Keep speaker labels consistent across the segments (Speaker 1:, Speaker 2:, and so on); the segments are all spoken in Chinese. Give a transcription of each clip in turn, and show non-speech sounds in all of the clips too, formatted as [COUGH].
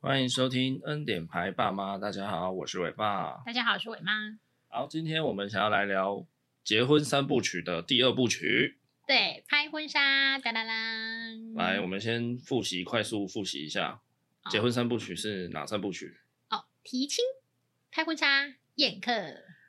Speaker 1: 欢迎收听恩典牌爸妈，大家好，我是伟爸。
Speaker 2: 大家好，我是伟妈。
Speaker 1: 好，今天我们想要来聊结婚三部曲的第二部曲。
Speaker 2: 对，拍婚纱，哒啦啦。
Speaker 1: 来，我们先复习，快速复习一下
Speaker 2: 好
Speaker 1: 结婚三部曲是哪三部曲？
Speaker 2: 哦，提亲、拍婚纱、宴客。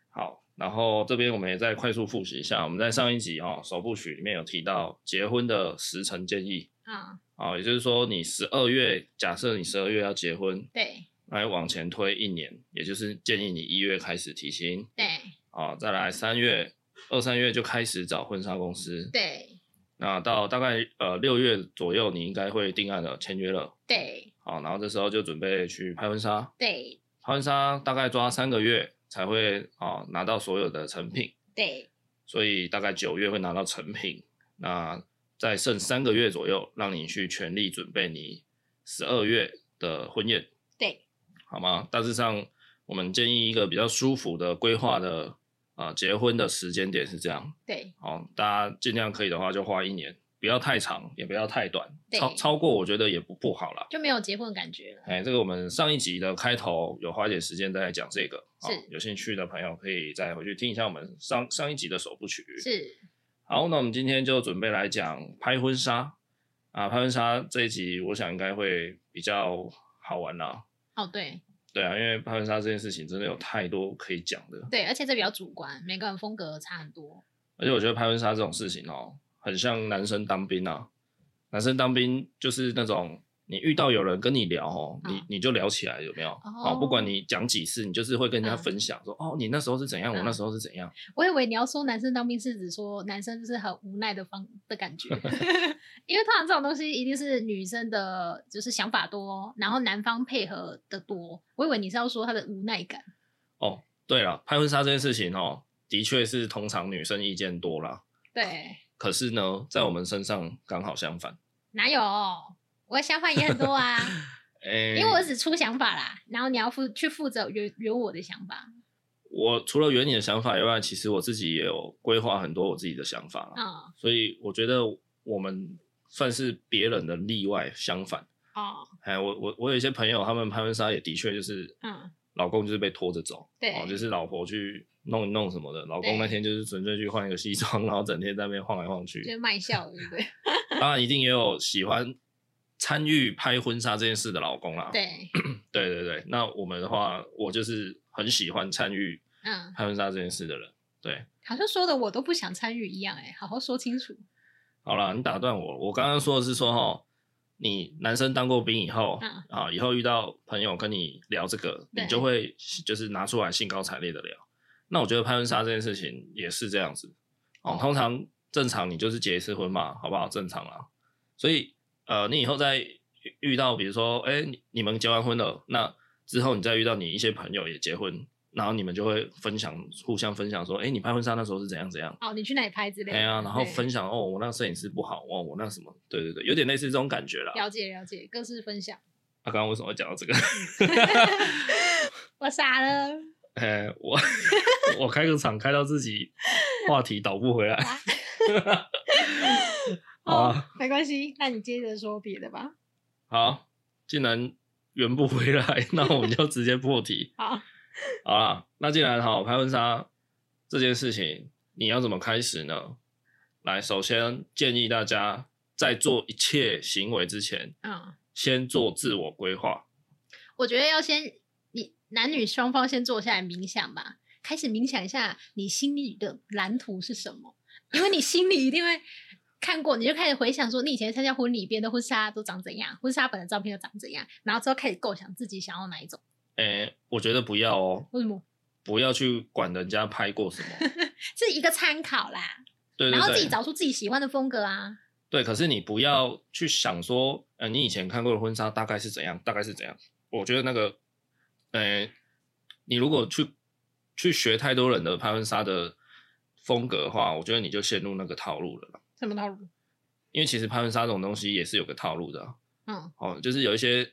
Speaker 1: 好，然后这边我们也再快速复习一下，我们在上一集哦首部曲里面有提到结婚的时辰建议
Speaker 2: 啊、
Speaker 1: 啊，也就是说你十二月，假设你十二月要结婚，
Speaker 2: 对
Speaker 1: 来往前推一年，也就是建议你一月开始提亲
Speaker 2: 对
Speaker 1: 啊，再来三月、二三月就开始找婚纱公司，
Speaker 2: 对
Speaker 1: 那到大概呃六月左右，你应该会定案了，签约了，
Speaker 2: 对
Speaker 1: 好，然后这时候就准备去拍婚纱，
Speaker 2: 对
Speaker 1: 拍婚纱大概抓三个月才会啊拿到所有的成品，
Speaker 2: 对
Speaker 1: 所以大概九月会拿到成品，那再剩三个月左右，让你去全力准备你十二月的婚宴，
Speaker 2: 对，
Speaker 1: 好吗？大致上，我们建议一个比较舒服的规划的啊、呃结婚的时间点是这样，
Speaker 2: 对
Speaker 1: 好，大家尽量可以的话就花一年，不要太长，也不要太短，
Speaker 2: 对
Speaker 1: 超超过我觉得也不不好啦。
Speaker 2: 就没有结婚的感觉了。
Speaker 1: 哎，这个我们上一集的开头有花一点时间在讲这个，好
Speaker 2: 是
Speaker 1: 有兴趣的朋友可以再回去听一下我们上上一集的首部曲。
Speaker 2: 是，
Speaker 1: 好，那我们今天就准备来讲拍婚纱啊，拍婚纱这一集我想应该会比较好玩啦。
Speaker 2: 哦对
Speaker 1: 对啊，因为拍婚纱这件事情真的有太多可以讲的，
Speaker 2: 对，而且这比较主观，每个人风格差很多。
Speaker 1: 而且我觉得拍婚纱这种事情哦，很像男生当兵啊。男生当兵就是那种你遇到有人跟你聊哦，
Speaker 2: 嗯
Speaker 1: 你你就聊起来有没有？哦，不管你讲几次，你就是会跟人家
Speaker 2: 嗯
Speaker 1: 分享说，哦，你那时候是怎样，我
Speaker 2: 嗯
Speaker 1: 那时候是怎样。
Speaker 2: 我以为你要说男生当兵是指说男生就是很无奈的方的感
Speaker 1: [LAUGHS]
Speaker 2: 觉，因为通常这种东西一定是女生的，就是想法多，然后男方配合的多。我以为你是要说他的无奈感。
Speaker 1: 哦，对了，拍婚纱这件事情哦，的确是通常女生意见多啦。
Speaker 2: 对，
Speaker 1: 可是呢，在我们身上刚好相反。
Speaker 2: 哪有？我的想法也很多
Speaker 1: [LAUGHS]
Speaker 2: 啊，
Speaker 1: 诶、
Speaker 2: 因为我只出想法啦，然后你要负去负责圆圆我的想法。
Speaker 1: 我除了原你的想法以外，其实我自己也有规划很多我自己的想法啦。
Speaker 2: 嗯，
Speaker 1: 所以我觉得我们算是别人的例外，相反。
Speaker 2: 哦，
Speaker 1: 哎，我我我有一些朋友，他们拍婚纱也的确就是，
Speaker 2: 嗯，
Speaker 1: 老公就是被拖着走，
Speaker 2: 对
Speaker 1: 哦，就是老婆去弄一弄什么的，老公
Speaker 2: 对
Speaker 1: 那天就是纯粹去换一个西装，然后整天在那边晃来晃去
Speaker 2: 就。是卖笑，对不
Speaker 1: [LAUGHS]
Speaker 2: 对？
Speaker 1: 当然，一定也有喜欢参与拍婚纱这件事的老公啦。
Speaker 2: 对，
Speaker 1: 对对对，那我们的话，我就是很喜欢参与
Speaker 2: 嗯，
Speaker 1: 拍婚纱这件事的人。对，
Speaker 2: 好像说的我都不想参与一样、哎，好好说清楚。
Speaker 1: 好啦，你打断我，我刚刚说的是说哈，你男生当过兵以后、
Speaker 2: 嗯
Speaker 1: 啊，以后遇到朋友跟你聊这个，
Speaker 2: 对
Speaker 1: 你就会就是拿出来兴高采烈的聊。那我觉得拍婚纱这件事情也是这样子哦，通常正常你就是结一次婚嘛，好不好？正常啦。所以呃，你以后再遇遇到比如说，哎、你你们结完婚了，那之后你再遇到你一些朋友也结婚，然后你们就会分享，互相分享说，哎、你拍婚纱那时候是怎样怎样。
Speaker 2: 哦，你去哪里拍之类的。
Speaker 1: 哎呀，然后
Speaker 2: 对
Speaker 1: 分享哦，我那摄影师不好哦，我那什么，对对对，有点类似这种感觉啦。
Speaker 2: 了解了解，各自分享。
Speaker 1: 他刚刚为什么会讲到这个？
Speaker 2: 我傻了，
Speaker 1: 哎，我我开个场开到自己话题倒不回来。好啊，
Speaker 2: 哦没关系，那你接着说别的吧。
Speaker 1: 好，既然圆不回来，那我们就直接破题。
Speaker 2: 好，
Speaker 1: 好啦，那既然好拍婚纱这件事情，你要怎么开始呢？来，首先建议大家在做一切行为之前，
Speaker 2: 嗯，
Speaker 1: 先做自我规划。
Speaker 2: 我觉得要先你男女双方先坐下来冥想吧，开始冥想一下你心里的蓝图是什么，因为你心里一定会看过，你就开始回想说你以前参加婚礼别人的婚纱都长怎样，婚纱本的照片都长怎样，然后之后开始构想自己想要哪一种。
Speaker 1: 哎，我觉得不要哦，
Speaker 2: 为什么？
Speaker 1: 不要去管人家拍过什么，
Speaker 2: 是一个参考啦，
Speaker 1: 对对
Speaker 2: 然后自己
Speaker 1: 对，
Speaker 2: 找出自己喜欢的风格啊。
Speaker 1: 对。可是你不要去想说，呃，你以前看过的婚纱大概是怎样，大概是怎样。我觉得那个，呃，你如果去去学太多人的拍婚纱的风格的话，我觉得你就陷入那个套路了啦。
Speaker 2: 什么套路？
Speaker 1: 因为其实拍婚纱这种东西也是有个套路的啊、
Speaker 2: 嗯，
Speaker 1: 哦，就是有一些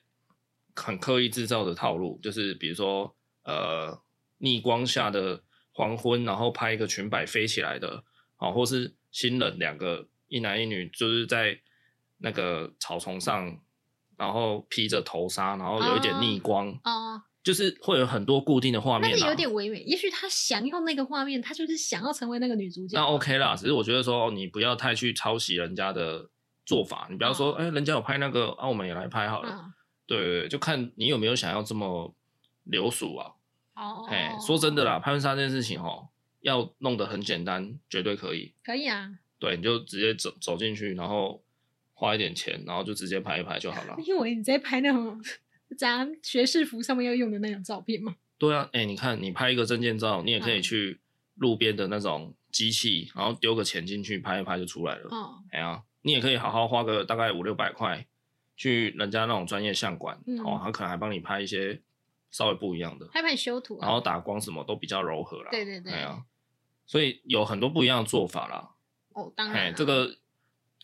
Speaker 1: 很刻意制造的套路，就是比如说呃逆光下的黄昏，然后拍一个裙摆飞起来的，哦，或是新人两个一男一女就是在那个草丛上然后披着头纱，然后有一点逆光，
Speaker 2: 哦，
Speaker 1: 就是会有很多固定的画
Speaker 2: 那
Speaker 1: 面、啊。
Speaker 2: 个有点唯美。也许他想要那个画面，他就是想要成为那个女主角。啊
Speaker 1: 那 OK 啦，只是我觉得说，哦你不要太去抄袭人家的做法，你不要说，哎、人家有拍那个，啊，我们也来拍好了。
Speaker 2: 哦嗯，
Speaker 1: 对对对，就看你有没有想要这么流俗啊。
Speaker 2: 哦，
Speaker 1: 哎、说真的啦，拍婚纱这件事情哦，要弄得很简单，绝对可以。
Speaker 2: 可以啊，
Speaker 1: 对，你就直接走走进去，然后花一点钱，然后就直接拍一拍就好
Speaker 2: [LAUGHS]
Speaker 1: 了。
Speaker 2: 因为你在拍那种 [LAUGHS] 咱学士服上面要用的那种照片嘛。
Speaker 1: 对啊，哎、你看你拍一个证件照，你也可以
Speaker 2: 嗯
Speaker 1: 去路边的那种机器，然后丢个钱进去拍一拍就出来了。
Speaker 2: 哦，
Speaker 1: 哎呀，你也可以好好花个大概五六百块去人家那种专业相馆，
Speaker 2: 嗯
Speaker 1: 哦，他可能还帮你拍一些稍微不一样的，
Speaker 2: 还拍修图啊。
Speaker 1: 然后打光什么都比较柔和啦。
Speaker 2: 对对对
Speaker 1: 哎呀，所以有很多不一样的做法啦。
Speaker 2: 哦，当然
Speaker 1: 哎，
Speaker 2: 啦
Speaker 1: 这个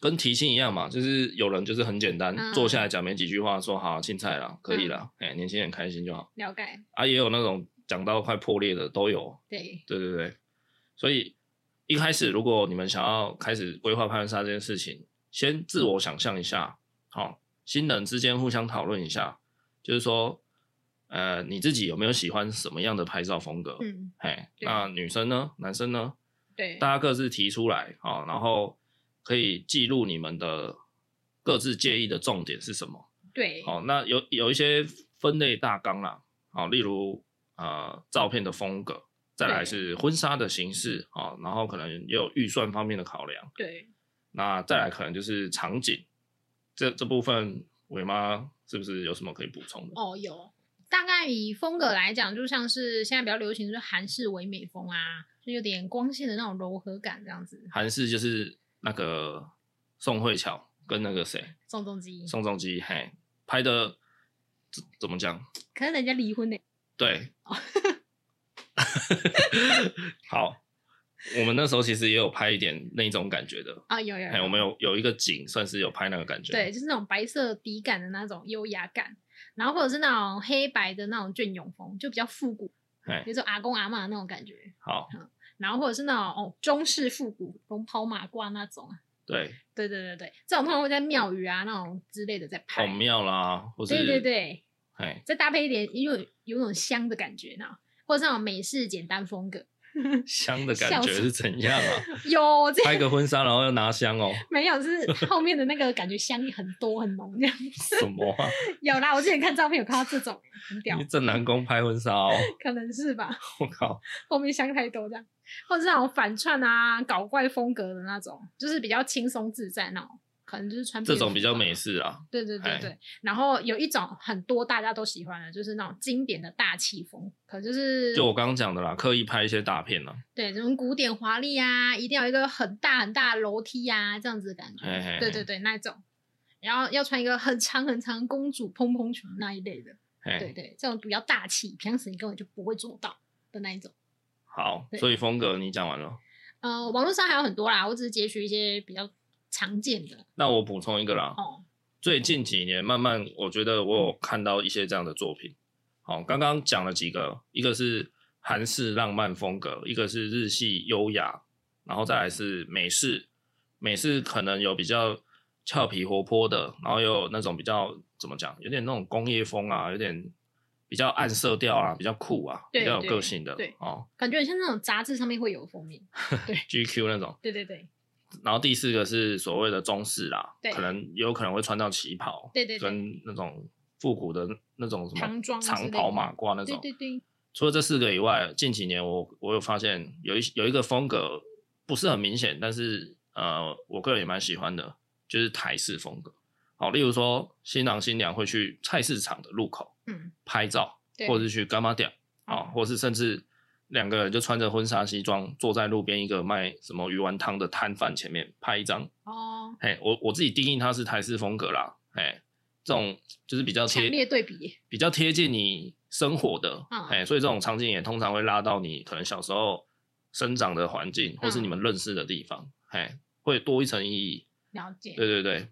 Speaker 1: 跟提亲一样嘛，就是有人就是很简单，
Speaker 2: 嗯
Speaker 1: 坐下来讲没几句话，说好青菜啦，可以啦，哎，年轻人开心就好。
Speaker 2: 了解，
Speaker 1: 啊，也有那种讲到快破裂的都有，
Speaker 2: 对，
Speaker 1: 对对对，所以一开始如果你们想要开始规划拍婚纱这件事情，先自我想象一下，好、新人之间互相讨论一下，就是说，呃，你自己有没有喜欢什么样的拍照风格？
Speaker 2: 嗯，
Speaker 1: 嘿，
Speaker 2: 对
Speaker 1: 那女生呢，男生呢，
Speaker 2: 对，
Speaker 1: 大家各自提出来啊、好然后可以记录你们的各自介意的重点是什么。
Speaker 2: 对，
Speaker 1: 哦，那有有一些分类大纲啦，哦，例如呃照片的风格，再来
Speaker 2: 对
Speaker 1: 是婚纱的形式啊、哦，然后可能也有预算方面的考量，
Speaker 2: 对，
Speaker 1: 那再来可能就是场景，这这部分伟妈是不是有什么可以补充的？
Speaker 2: 哦，有。大概以风格来讲，就像是现在比较流行就是韩式唯美风啊，就有点光线的那种柔和感这样子。
Speaker 1: 韩式就是那个宋慧乔跟那个谁
Speaker 2: 宋仲基，
Speaker 1: 宋仲基，嘿，拍的怎怎么讲？
Speaker 2: 可是人家离婚呢、
Speaker 1: 对，好，我们那时候其实也有拍一点那种感觉的，
Speaker 2: 啊，有有
Speaker 1: 哎，
Speaker 2: 有
Speaker 1: 我们有有一个景，算是有拍那个感觉。
Speaker 2: 对，，就是那种白色底感的那种优雅感，然后或者是那种黑白的那种隽永风，就比较复古，
Speaker 1: 哎
Speaker 2: 比，如说阿公阿嬷那种感觉，
Speaker 1: 好，
Speaker 2: 然后或者是那种哦中式复古龙袍马褂那种啊，
Speaker 1: 对，
Speaker 2: 对对对对，这种通常会在庙宇啊那种之类的在
Speaker 1: 好
Speaker 2: 拍，
Speaker 1: 妙啦，哦或是
Speaker 2: 对对，对，
Speaker 1: 哎，
Speaker 2: 再搭配一点有有种香的感觉呢，或者是那种美式简单风格，
Speaker 1: 香的感觉
Speaker 2: 笑死
Speaker 1: 是怎样
Speaker 2: [LAUGHS]
Speaker 1: 啊？
Speaker 2: 有这
Speaker 1: 拍个婚纱然后要拿香哦，[LAUGHS]
Speaker 2: 没有就是后面的那个感觉香很多很浓这样，
Speaker 1: 什么
Speaker 2: [LAUGHS]
Speaker 1: 啊？
Speaker 2: 有啦，我之前看照片有看到这种，很屌
Speaker 1: 你，正南宫拍婚纱哦， [LAUGHS]
Speaker 2: 可能是吧。
Speaker 1: 我靠，
Speaker 2: 后面香太多这样，或者是那种反串啊、搞怪风格的那种，就是比较轻松自在那种，可能就是穿
Speaker 1: 这
Speaker 2: 便
Speaker 1: 种
Speaker 2: 服
Speaker 1: 比较
Speaker 2: 吧
Speaker 1: 美。式啊，
Speaker 2: 对对对
Speaker 1: 哎
Speaker 2: 对，然后有一种很多大家都喜欢的，就是那种经典的大气风，可能就是
Speaker 1: 就我刚刚讲的啦，刻意拍一些大片啊啦，
Speaker 2: 对这种古典华丽啊，一定要有一个很大很大的楼梯啊，这样子的感觉。
Speaker 1: 嘿嘿嘿
Speaker 2: 对对对，那一种，然后要穿一个很长很长公主蓬蓬裙那一类的，对
Speaker 1: 哎，
Speaker 2: 对，这种比较大气，平时你根本就不会做到的那一种。
Speaker 1: 好，
Speaker 2: 对
Speaker 1: 所以风格你讲完了，
Speaker 2: 呃，网络上还有很多啦，我只是截取一些比较常见的
Speaker 1: 那我补充一个啦，
Speaker 2: 哦。
Speaker 1: 最近几年慢慢，我觉得我有看到一些这样的作品。好，刚刚讲了几个，一个是韩式浪漫风格，一个是日系优雅，然后再来是美式，美式可能有比较俏皮活泼的，然后也有那种比较怎么讲，有点那种工业风啊，有点比较暗色调啊，比较酷啊，
Speaker 2: 对
Speaker 1: 比较有
Speaker 2: 对
Speaker 1: 个性的，
Speaker 2: 对
Speaker 1: 哦
Speaker 2: 感觉很像那种杂志上面会有的封面。
Speaker 1: ，GQ 那种。
Speaker 2: 对对对
Speaker 1: 然后第四个是所谓的中式啦
Speaker 2: 对，
Speaker 1: 可能也有可能会穿到旗袍，
Speaker 2: 对对对
Speaker 1: 跟那种复古的那种什么
Speaker 2: 唐装之类
Speaker 1: 长
Speaker 2: 的
Speaker 1: 袍马褂那
Speaker 2: 对
Speaker 1: 种。
Speaker 2: 对对，
Speaker 1: 除了这四个以外，近几年我我有发现有一有一个风格不是很明显，但是呃，我个人也蛮喜欢的，就是台式风格。好，例如说新郎新娘会去菜市场的路口
Speaker 2: 嗯，
Speaker 1: 拍照，
Speaker 2: 对，
Speaker 1: 或者是去干妈店啊，
Speaker 2: 嗯
Speaker 1: 或是甚至两个人就穿着婚纱西装坐在路边一个卖什么鱼丸汤的摊贩前面拍一张。
Speaker 2: 哦，
Speaker 1: 嘿，我我自己定义它是台式风格啦，哎，这种就是比较
Speaker 2: 强
Speaker 1: 贴
Speaker 2: 烈对比。
Speaker 1: 比较贴近你生活的
Speaker 2: 嗯，
Speaker 1: 哎、所以这种场景也通常会拉到你可能小时候生长的环境，
Speaker 2: 嗯
Speaker 1: 或是你们认识的地方，哎、会多一层意义。
Speaker 2: 了解。
Speaker 1: 对对对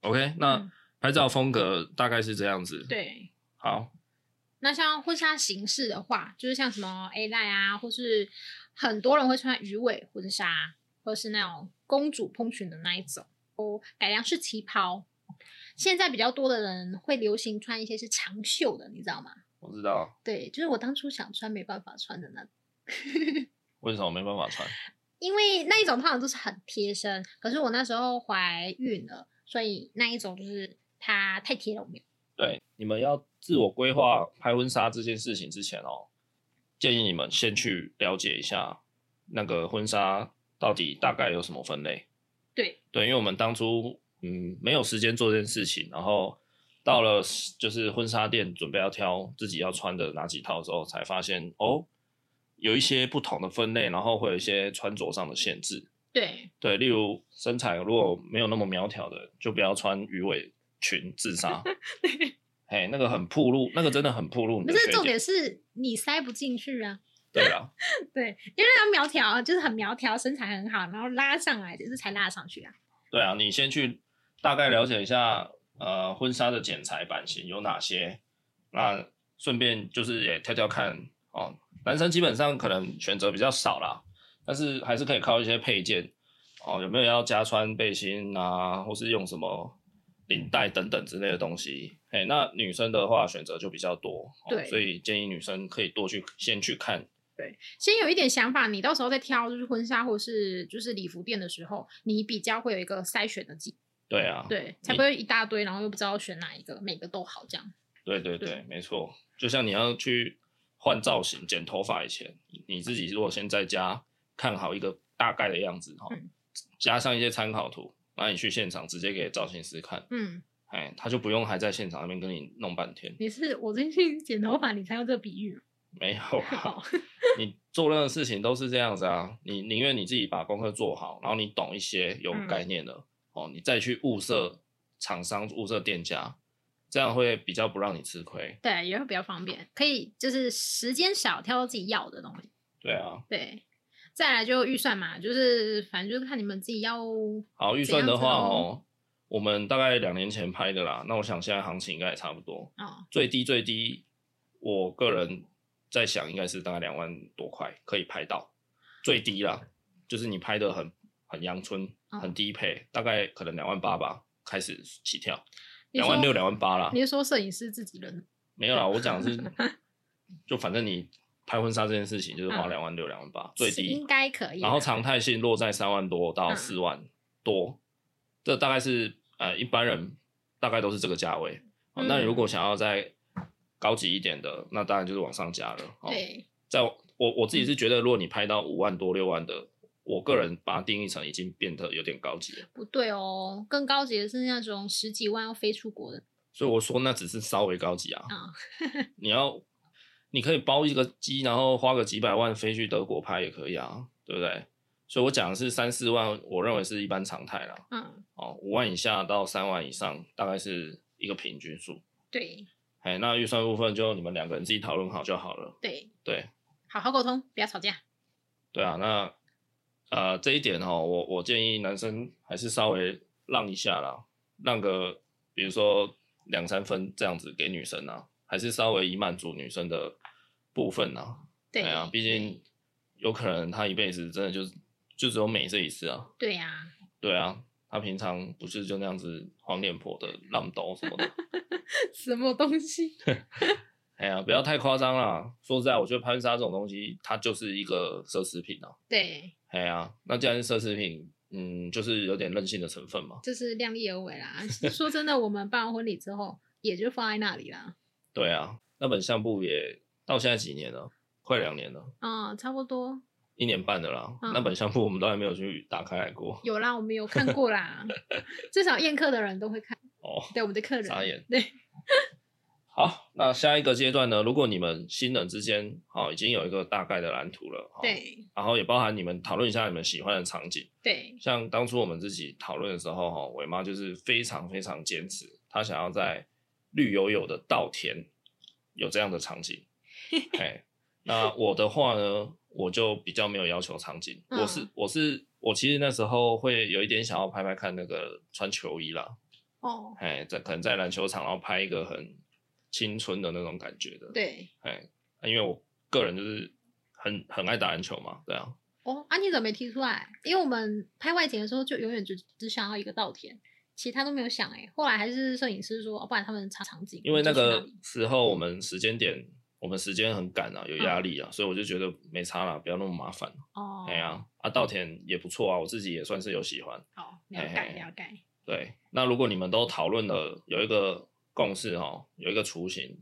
Speaker 1: ，OK，那、
Speaker 2: 嗯
Speaker 1: 拍照风格大概是这样子。，
Speaker 2: 对
Speaker 1: 好，
Speaker 2: 那像婚纱形式的话，就是像什么 A 带啊，或是很多人会穿鱼尾婚纱，或是那种公主蓬裙的那一种，哦，改良式旗袍。现在比较多的人会流行穿一些是长袖的，你知道吗？
Speaker 1: 我知道
Speaker 2: 对，就是我当初想穿没办法穿的那，
Speaker 1: 为什么没办法穿，
Speaker 2: 因为那一种通常都是很贴身，可是我那时候怀孕了，所以那一种就是它太贴了我没有。
Speaker 1: 对，你们要自我规划拍婚纱这件事情之前哦，建议你们先去了解一下那个婚纱到底大概有什么分类。
Speaker 2: 对，
Speaker 1: 对，因为我们当初嗯没有时间做这件事情，然后到了就是婚纱店准备要挑自己要穿的哪几套之后，才发现哦有一些不同的分类，然后会有一些穿着上的限制。
Speaker 2: 对，
Speaker 1: 对，例如身材如果没有那么苗条的，就不要穿鱼尾裙自杀。哎，那个很暴露，那个真的很暴露你
Speaker 2: [LAUGHS] 不
Speaker 1: 的
Speaker 2: 是
Speaker 1: 缺
Speaker 2: 重点是你塞不进去啊。
Speaker 1: 对啦，
Speaker 2: 对，因为它苗条，啊就是很苗条，身材很好，然后拉上来就是才拉上去啊。
Speaker 1: 对啊，你先去大概了解一下，呃，婚纱的剪裁版型有哪些，那顺便就是也挑挑看哦。男生基本上可能选择比较少啦，但是还是可以靠一些配件哦，有没有要加穿背心啊，或是用什么领带等等之类的东西。哎，那女生的话选择就比较多，哦
Speaker 2: 对
Speaker 1: 所以建议女生可以多去先去看。
Speaker 2: 先有一点想法，你到时候在挑就是婚纱或是就是礼服店的时候，你比较会有一个筛选的机，
Speaker 1: 对啊，
Speaker 2: 对，才
Speaker 1: 你
Speaker 2: 不会一大堆，然后又不知道选哪一个，每个都好这样。
Speaker 1: 对对
Speaker 2: 对
Speaker 1: 对，没错。就像你要去换造型、剪头发以前，你自己如果先在家看好一个大概的样子哈，
Speaker 2: 嗯
Speaker 1: 加上一些参考图，然后你去现场直接给造型师看，
Speaker 2: 嗯，
Speaker 1: 哎，他就不用还在现场那边跟你弄半天。
Speaker 2: 你是我最近剪头发，你才用这个比喻。
Speaker 1: 没有啊
Speaker 2: 好，
Speaker 1: 你做任何事情都是这样子啊，你宁愿你自己把功课做好，然后你懂一些有
Speaker 2: 嗯
Speaker 1: 概念的、哦，你再去物色厂商、物色店家，这样会比较不让你吃亏。
Speaker 2: 对，也会比较方便，可以就是时间少，挑到自己要的东西。
Speaker 1: 对啊，
Speaker 2: 对，再来就预算嘛，就是反正就是看你们自己要。哦
Speaker 1: 好，预算
Speaker 2: 怎
Speaker 1: 的
Speaker 2: 样
Speaker 1: 话
Speaker 2: 子
Speaker 1: 哦，我们大概两年前拍的啦，那我想现在行情应该也差不多，
Speaker 2: 哦，
Speaker 1: 最低最低，我个人在想应该是大概两万多块可以拍到，最低啦，就是你拍的很很阳春，
Speaker 2: 哦
Speaker 1: 很低配，大概可能两万八吧开始起跳，
Speaker 2: 你
Speaker 1: 两万
Speaker 2: 说
Speaker 1: 六、两万八啦
Speaker 2: 你，是说摄影师自己人？
Speaker 1: 没有啦，我讲的
Speaker 2: [LAUGHS]
Speaker 1: 是，就反正你拍婚纱这件事情就是花
Speaker 2: 嗯
Speaker 1: 两万六、两万八最
Speaker 2: 是
Speaker 1: 低，
Speaker 2: 应该可以啦。
Speaker 1: 然后常态性落在三万多到
Speaker 2: 嗯
Speaker 1: 四万多，这大概是呃一般人大概都是这个价位。哦那
Speaker 2: 嗯
Speaker 1: 如果想要再高级一点的，那当然就是往上加了。哦、，
Speaker 2: 对，嗯
Speaker 1: 在我我自己是觉得，如果你拍到五万多六万的，我个人把它定义成已经变得有点高级了。
Speaker 2: 不对哦，更高级的是那种十几万要飞出国的
Speaker 1: 所以我说那只是稍微高级啊，
Speaker 2: 啊、
Speaker 1: 你要你可以包一个机，然后花个几百万飞去德国拍也可以啊，对不对？所以我讲的是三四万，我认为是一般常态啦。
Speaker 2: 嗯，
Speaker 1: 哦，五万以下到三万以上，大概是一个平均数。
Speaker 2: 对
Speaker 1: 哎，那预算部分就你们两个人自己讨论好就好了。
Speaker 2: 对，
Speaker 1: 对，
Speaker 2: 好好沟通，不要吵架。
Speaker 1: 对啊，那呃这一点哦，我我建议男生还是稍微让一下啦，让个比如说两三分这样子给女生啊，还是稍微以满足女生的部分啊。
Speaker 2: 对
Speaker 1: 哎呀，毕竟有可能她一辈子真的就是就只有美这一次啊。
Speaker 2: 对呀、
Speaker 1: 对啊，她平常不是就那样子黄脸婆的浪斗什么的。
Speaker 2: [LAUGHS] 什么东西？
Speaker 1: 哎呀，不要太夸张啦！说实在，我觉得拍婚纱这种东西，它就是一个奢侈品啊。
Speaker 2: [LAUGHS] 对，
Speaker 1: 哎呀，那既然是奢侈品，嗯，就是有点任性的成分嘛。
Speaker 2: 就是量力而为啦。 [LAUGHS] 说真的，我们办完婚礼之后，也就放在那里啦。
Speaker 1: 对啊，那本相簿也到现在几年了，快两年了，
Speaker 2: 嗯，差不多
Speaker 1: 一年半的啦。
Speaker 2: 嗯
Speaker 1: 那本相簿我们都还没有去打开来过。
Speaker 2: 有啦，我们有看过啦， [LAUGHS] 至少宴客的人都会看。
Speaker 1: 哦，
Speaker 2: 对，我们的客人，
Speaker 1: 傻眼
Speaker 2: 对，
Speaker 1: 好，那下一个阶段呢？如果你们新人之间哦已经有一个大概的蓝图了，哦，
Speaker 2: 对，
Speaker 1: 然后也包含你们讨论一下你们喜欢的场景。
Speaker 2: 对，
Speaker 1: 像当初我们自己讨论的时候，哈，伟妈就是非常非常坚持，她想要在绿油油的稻田有这样的场景。哎，那我的话呢，我就比较没有要求场景，
Speaker 2: 嗯
Speaker 1: 我是我是我其实那时候会有一点想要拍拍看那个穿球衣啦，
Speaker 2: 哦，
Speaker 1: 哎，在可能在篮球场，然后拍一个很青春的那种感觉的。，
Speaker 2: 对，
Speaker 1: 哎，因为我个人就是很很爱打篮球嘛，对啊，
Speaker 2: 哦，啊，你怎么没提出来？因为我们拍外景的时候，就永远只只想要一个稻田，其他都没有想哎、后来还是摄影师说，哦、不然他们场场景，
Speaker 1: 因为那
Speaker 2: 我们就
Speaker 1: 个
Speaker 2: 去哪里
Speaker 1: 时候我们时间点，我们时间很赶啊，有压力啊，所以我就觉得没差啦，不要那么麻烦。
Speaker 2: 哦，
Speaker 1: 哎呀、啊，稻田也不错啊，我自己也算是有喜欢。
Speaker 2: 好了
Speaker 1: 嘿
Speaker 2: 解
Speaker 1: 嘿
Speaker 2: 了解，
Speaker 1: 对，那如果你们都讨论了有一个共识哦，有一个雏形，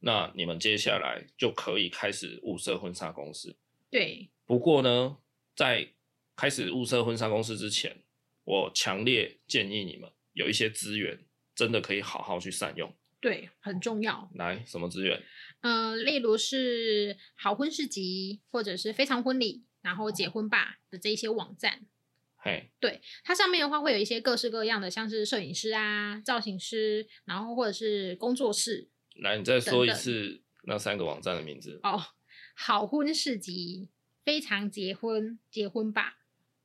Speaker 1: 那你们接下来就可以开始物色婚纱公司。
Speaker 2: 对，
Speaker 1: 不过呢，在开始物色婚纱公司之前，我强烈建议你们有一些资源真的可以好好去善用。
Speaker 2: 对，很重要。
Speaker 1: 来，什么资源？
Speaker 2: 嗯、例如是好婚市集，或者是非常婚礼，然后结婚吧的这一些网站，
Speaker 1: 嘿，
Speaker 2: 它上面的话会有一些各式各样的，像是摄影师啊、造型师，然后或者是工作室
Speaker 1: 来，你再说一
Speaker 2: 等等
Speaker 1: 次那三个网站的名字。
Speaker 2: 哦，好婚市集、非常结婚、结婚吧，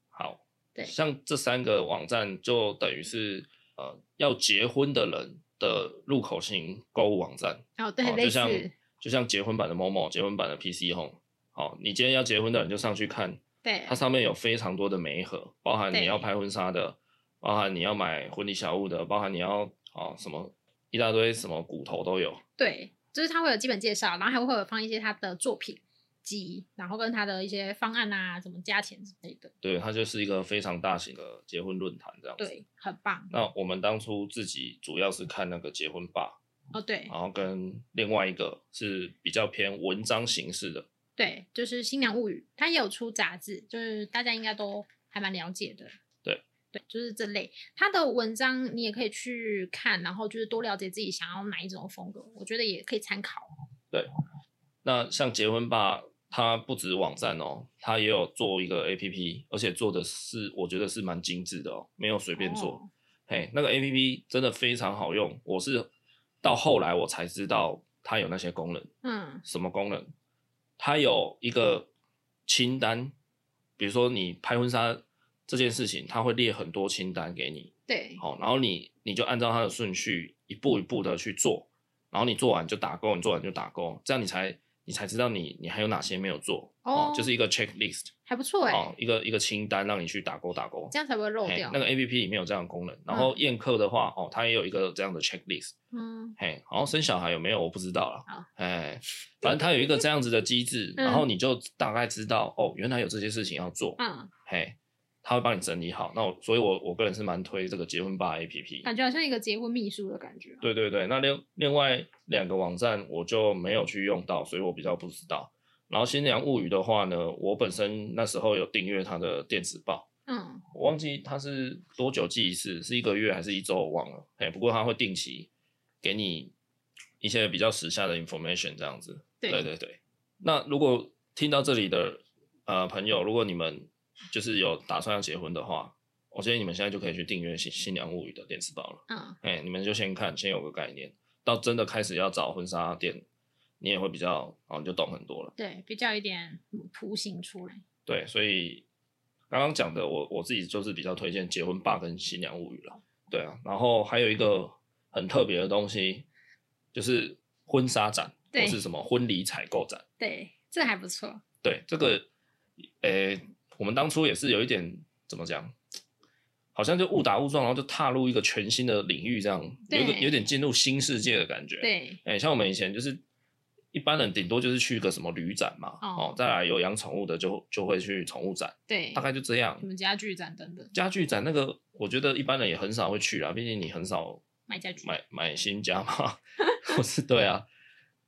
Speaker 1: 好，
Speaker 2: 对
Speaker 1: 像这三个网站就等于是呃要结婚的人的入口型购物网站。
Speaker 2: 哦，对，
Speaker 1: 哦
Speaker 2: 类
Speaker 1: 就
Speaker 2: 似，
Speaker 1: 像就像结婚版的某某，结婚版的 PC Home。好，你今天要结婚的人就上去看，
Speaker 2: 对
Speaker 1: 它，上面有非常多的媒合，包含你
Speaker 2: 对
Speaker 1: 要拍婚纱的，包含你要买婚礼小物的，包含你要哦什么一大堆什么骨头都有。
Speaker 2: 对，就是它会有基本介绍，然后还会有放一些他的作品集，然后跟他的一些方案啊，怎么加钱之类的，
Speaker 1: 对，它就是一个非常大型的结婚论坛这样子。
Speaker 2: 对，很棒。
Speaker 1: 那我们当初自己主要是看那个结婚吧，
Speaker 2: 哦，对
Speaker 1: 然后跟另外一个是比较偏文章形式的，
Speaker 2: 对，就是《新娘物语》，它也有出杂志，就是大家应该都还蛮了解的。
Speaker 1: 对
Speaker 2: 对，就是这类，它的文章你也可以去看，然后就是多了解自己想要哪一种风格，我觉得也可以参考。
Speaker 1: 那像结婚吧，它不止网站哦，它也有做一个 APP，而且做的是我觉得是蛮精致的哦，没有随便做。
Speaker 2: 哦
Speaker 1: 嘿，那个 APP 真的非常好用，我是到后来我才知道它有那些功能，
Speaker 2: 嗯，
Speaker 1: 什么功能？它有一个清单，比如说你拍婚纱这件事情，它会列很多清单给你，
Speaker 2: 对，
Speaker 1: 好，然后你你就按照它的顺序一步一步的去做，然后你做完就打勾，你做完就打勾，这样你才你才知道你你还有哪些没有做
Speaker 2: 哦
Speaker 1: 就是一个 checklist
Speaker 2: 还不错哎、
Speaker 1: 哦，一个一个清单让你去打勾打勾
Speaker 2: 这。样才不会漏
Speaker 1: 嘿
Speaker 2: 掉。
Speaker 1: 那个 A P P 里面有这样的功能，然后宴客的话，哦，它也有一个这样的 checklist，
Speaker 2: 嗯，
Speaker 1: 嘿，然后生小孩有没有我不知道
Speaker 2: 好
Speaker 1: 啦，哎，反正它有一个这样子的机制，
Speaker 2: 嗯
Speaker 1: 然后你就大概知道哦，原来有这些事情要做，
Speaker 2: 嗯，
Speaker 1: 嘿，它会帮你整理好。那我所以我，我个人是蛮推这个结婚吧 A P P，
Speaker 2: 感觉好像一个结婚秘书的感觉。哦
Speaker 1: 对对对，那另另外两个网站我就没有去用到，所以我比较不知道。然后《新娘物语》的话呢，我本身那时候有订阅它的电子报，
Speaker 2: 嗯，
Speaker 1: 我忘记它是多久寄一次，是一个月还是一周，我忘了。哎，不过它会定期给你一些比较时下的 information 这样子。
Speaker 2: 对
Speaker 1: 对对对。那如果听到这里的呃朋友，如果你们就是有打算要结婚的话，我建议你们现在就可以去订阅新《新娘物语》的电子报了。
Speaker 2: 嗯，
Speaker 1: 哎、你们就先看，先有个概念，到真的开始要找婚纱店，你也会比较，哦，你就懂很多了。
Speaker 2: 对，比较有一点图形出来。
Speaker 1: 对，所以刚刚讲的我，我自己就是比较推荐《结婚吧》跟《新娘物语》了。对啊，然后还有一个很特别的东西，就是婚纱展，
Speaker 2: 对
Speaker 1: 或是什么婚礼采购展。
Speaker 2: 对，这还不错。
Speaker 1: 对，这个，诶、我们当初也是有一点怎么讲，好像就误打误撞，然后就踏入一个全新的领域，这样有一个
Speaker 2: 对
Speaker 1: 有点进入新世界的感觉。
Speaker 2: 对，
Speaker 1: 哎、像我们以前就是一般人顶多就是去个什么旅展嘛，
Speaker 2: 哦
Speaker 1: 哦，再来有养宠物的就就会去宠物展，
Speaker 2: 对
Speaker 1: 大，概就这样
Speaker 2: 什。么家具展等等，
Speaker 1: 家具展那个，我觉得一般人也很少会去啦，毕竟你很少
Speaker 2: 买家具。
Speaker 1: 买买新家
Speaker 2: [LAUGHS]
Speaker 1: 嘛，不是对啊。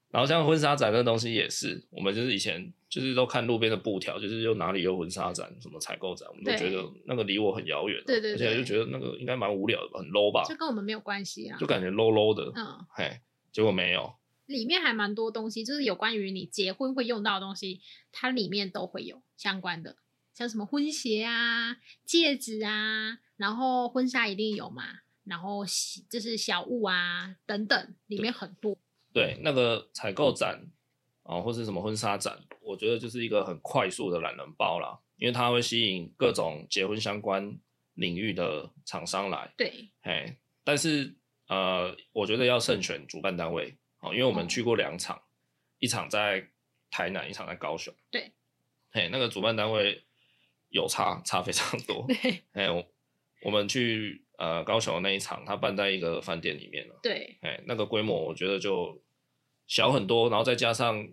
Speaker 1: 然后像婚纱展那东西也是，我们就是以前就是都看路边的布条，就是又哪里有婚纱展、什么采购展，我们都
Speaker 2: 对
Speaker 1: 觉得那个离我很遥远啊，
Speaker 2: 对对
Speaker 1: 而且
Speaker 2: 对
Speaker 1: 就觉得那个应该蛮无聊的吧，很 low 吧
Speaker 2: 这，跟我们没有关系啊
Speaker 1: 就。感觉 low low 的，
Speaker 2: 嗯，
Speaker 1: 嘿，结果没有，
Speaker 2: 里面还蛮多东西，就是有关于你结婚会用到的东西，它里面都会有相关的，像什么婚鞋啊、戒指啊，然后婚纱一定有嘛，然后喜就是小物啊等等，里面很多。
Speaker 1: 对，那个采购展啊、哦或是什么婚纱展，我觉得就是一个很快速的懒人包啦，因为它会吸引各种结婚相关领域的厂商来， [LAUGHS]
Speaker 2: 对，
Speaker 1: 哎，但是呃，我觉得要慎选主办单位哦，因为我们去过两场，一场在台南，一场在高雄，
Speaker 2: 对，
Speaker 1: 嘿，
Speaker 2: [LAUGHS]
Speaker 1: 那个主办单位有差差非常多，
Speaker 2: 对，
Speaker 1: 哎，我我们去呃高雄的那一场，他办在一个饭店里面了，
Speaker 2: 对，
Speaker 1: 哎，那个规模我觉得就小很多，然后再加上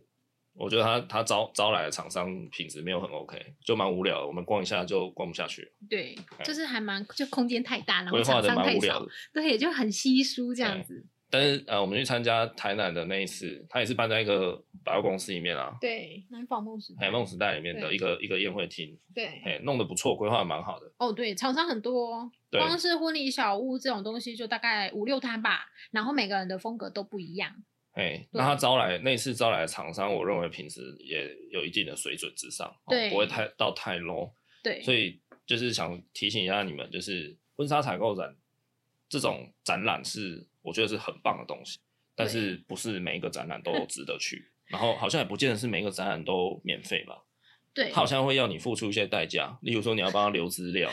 Speaker 1: 我觉得他他招招来的厂商品质没有很 OK，就蛮无聊的，我们逛一下就逛不下去了，
Speaker 2: 对，就是还蛮就空间太大，然后
Speaker 1: 规划
Speaker 2: 厂
Speaker 1: 的
Speaker 2: 商
Speaker 1: 蛮
Speaker 2: 太
Speaker 1: 无聊
Speaker 2: 少
Speaker 1: 的，。
Speaker 2: 对，就很稀疏这样
Speaker 1: 对
Speaker 2: 子。
Speaker 1: 但是呃，我们去参加台南的那一次，他也是办在一个百货公司里面啊，
Speaker 2: 对，南纺梦时代
Speaker 1: 哎，梦时代里面的
Speaker 2: 对
Speaker 1: 一个一个宴会厅，
Speaker 2: 对，
Speaker 1: 哎，弄得不错，规划得蛮好的。
Speaker 2: 哦，对，厂商很多、哦，
Speaker 1: 对
Speaker 2: 光是婚礼小屋这种东西就大概五六摊吧，然后每个人的风格都不一样。
Speaker 1: 哎，那他招来那次招来的厂商，我认为品质也有一定的水准之上，哦
Speaker 2: 对
Speaker 1: 不会太到太 low。
Speaker 2: 对，
Speaker 1: 所以就是想提醒一下你们，就是婚纱采购展这种展览是我觉得是很棒的东西，但是不是每一个展览都值得去， [LAUGHS] 然后好像也不见得是每一个展览都免费吧，
Speaker 2: 对
Speaker 1: 他，好像会要你付出一些代价，例如说你要帮他留资料，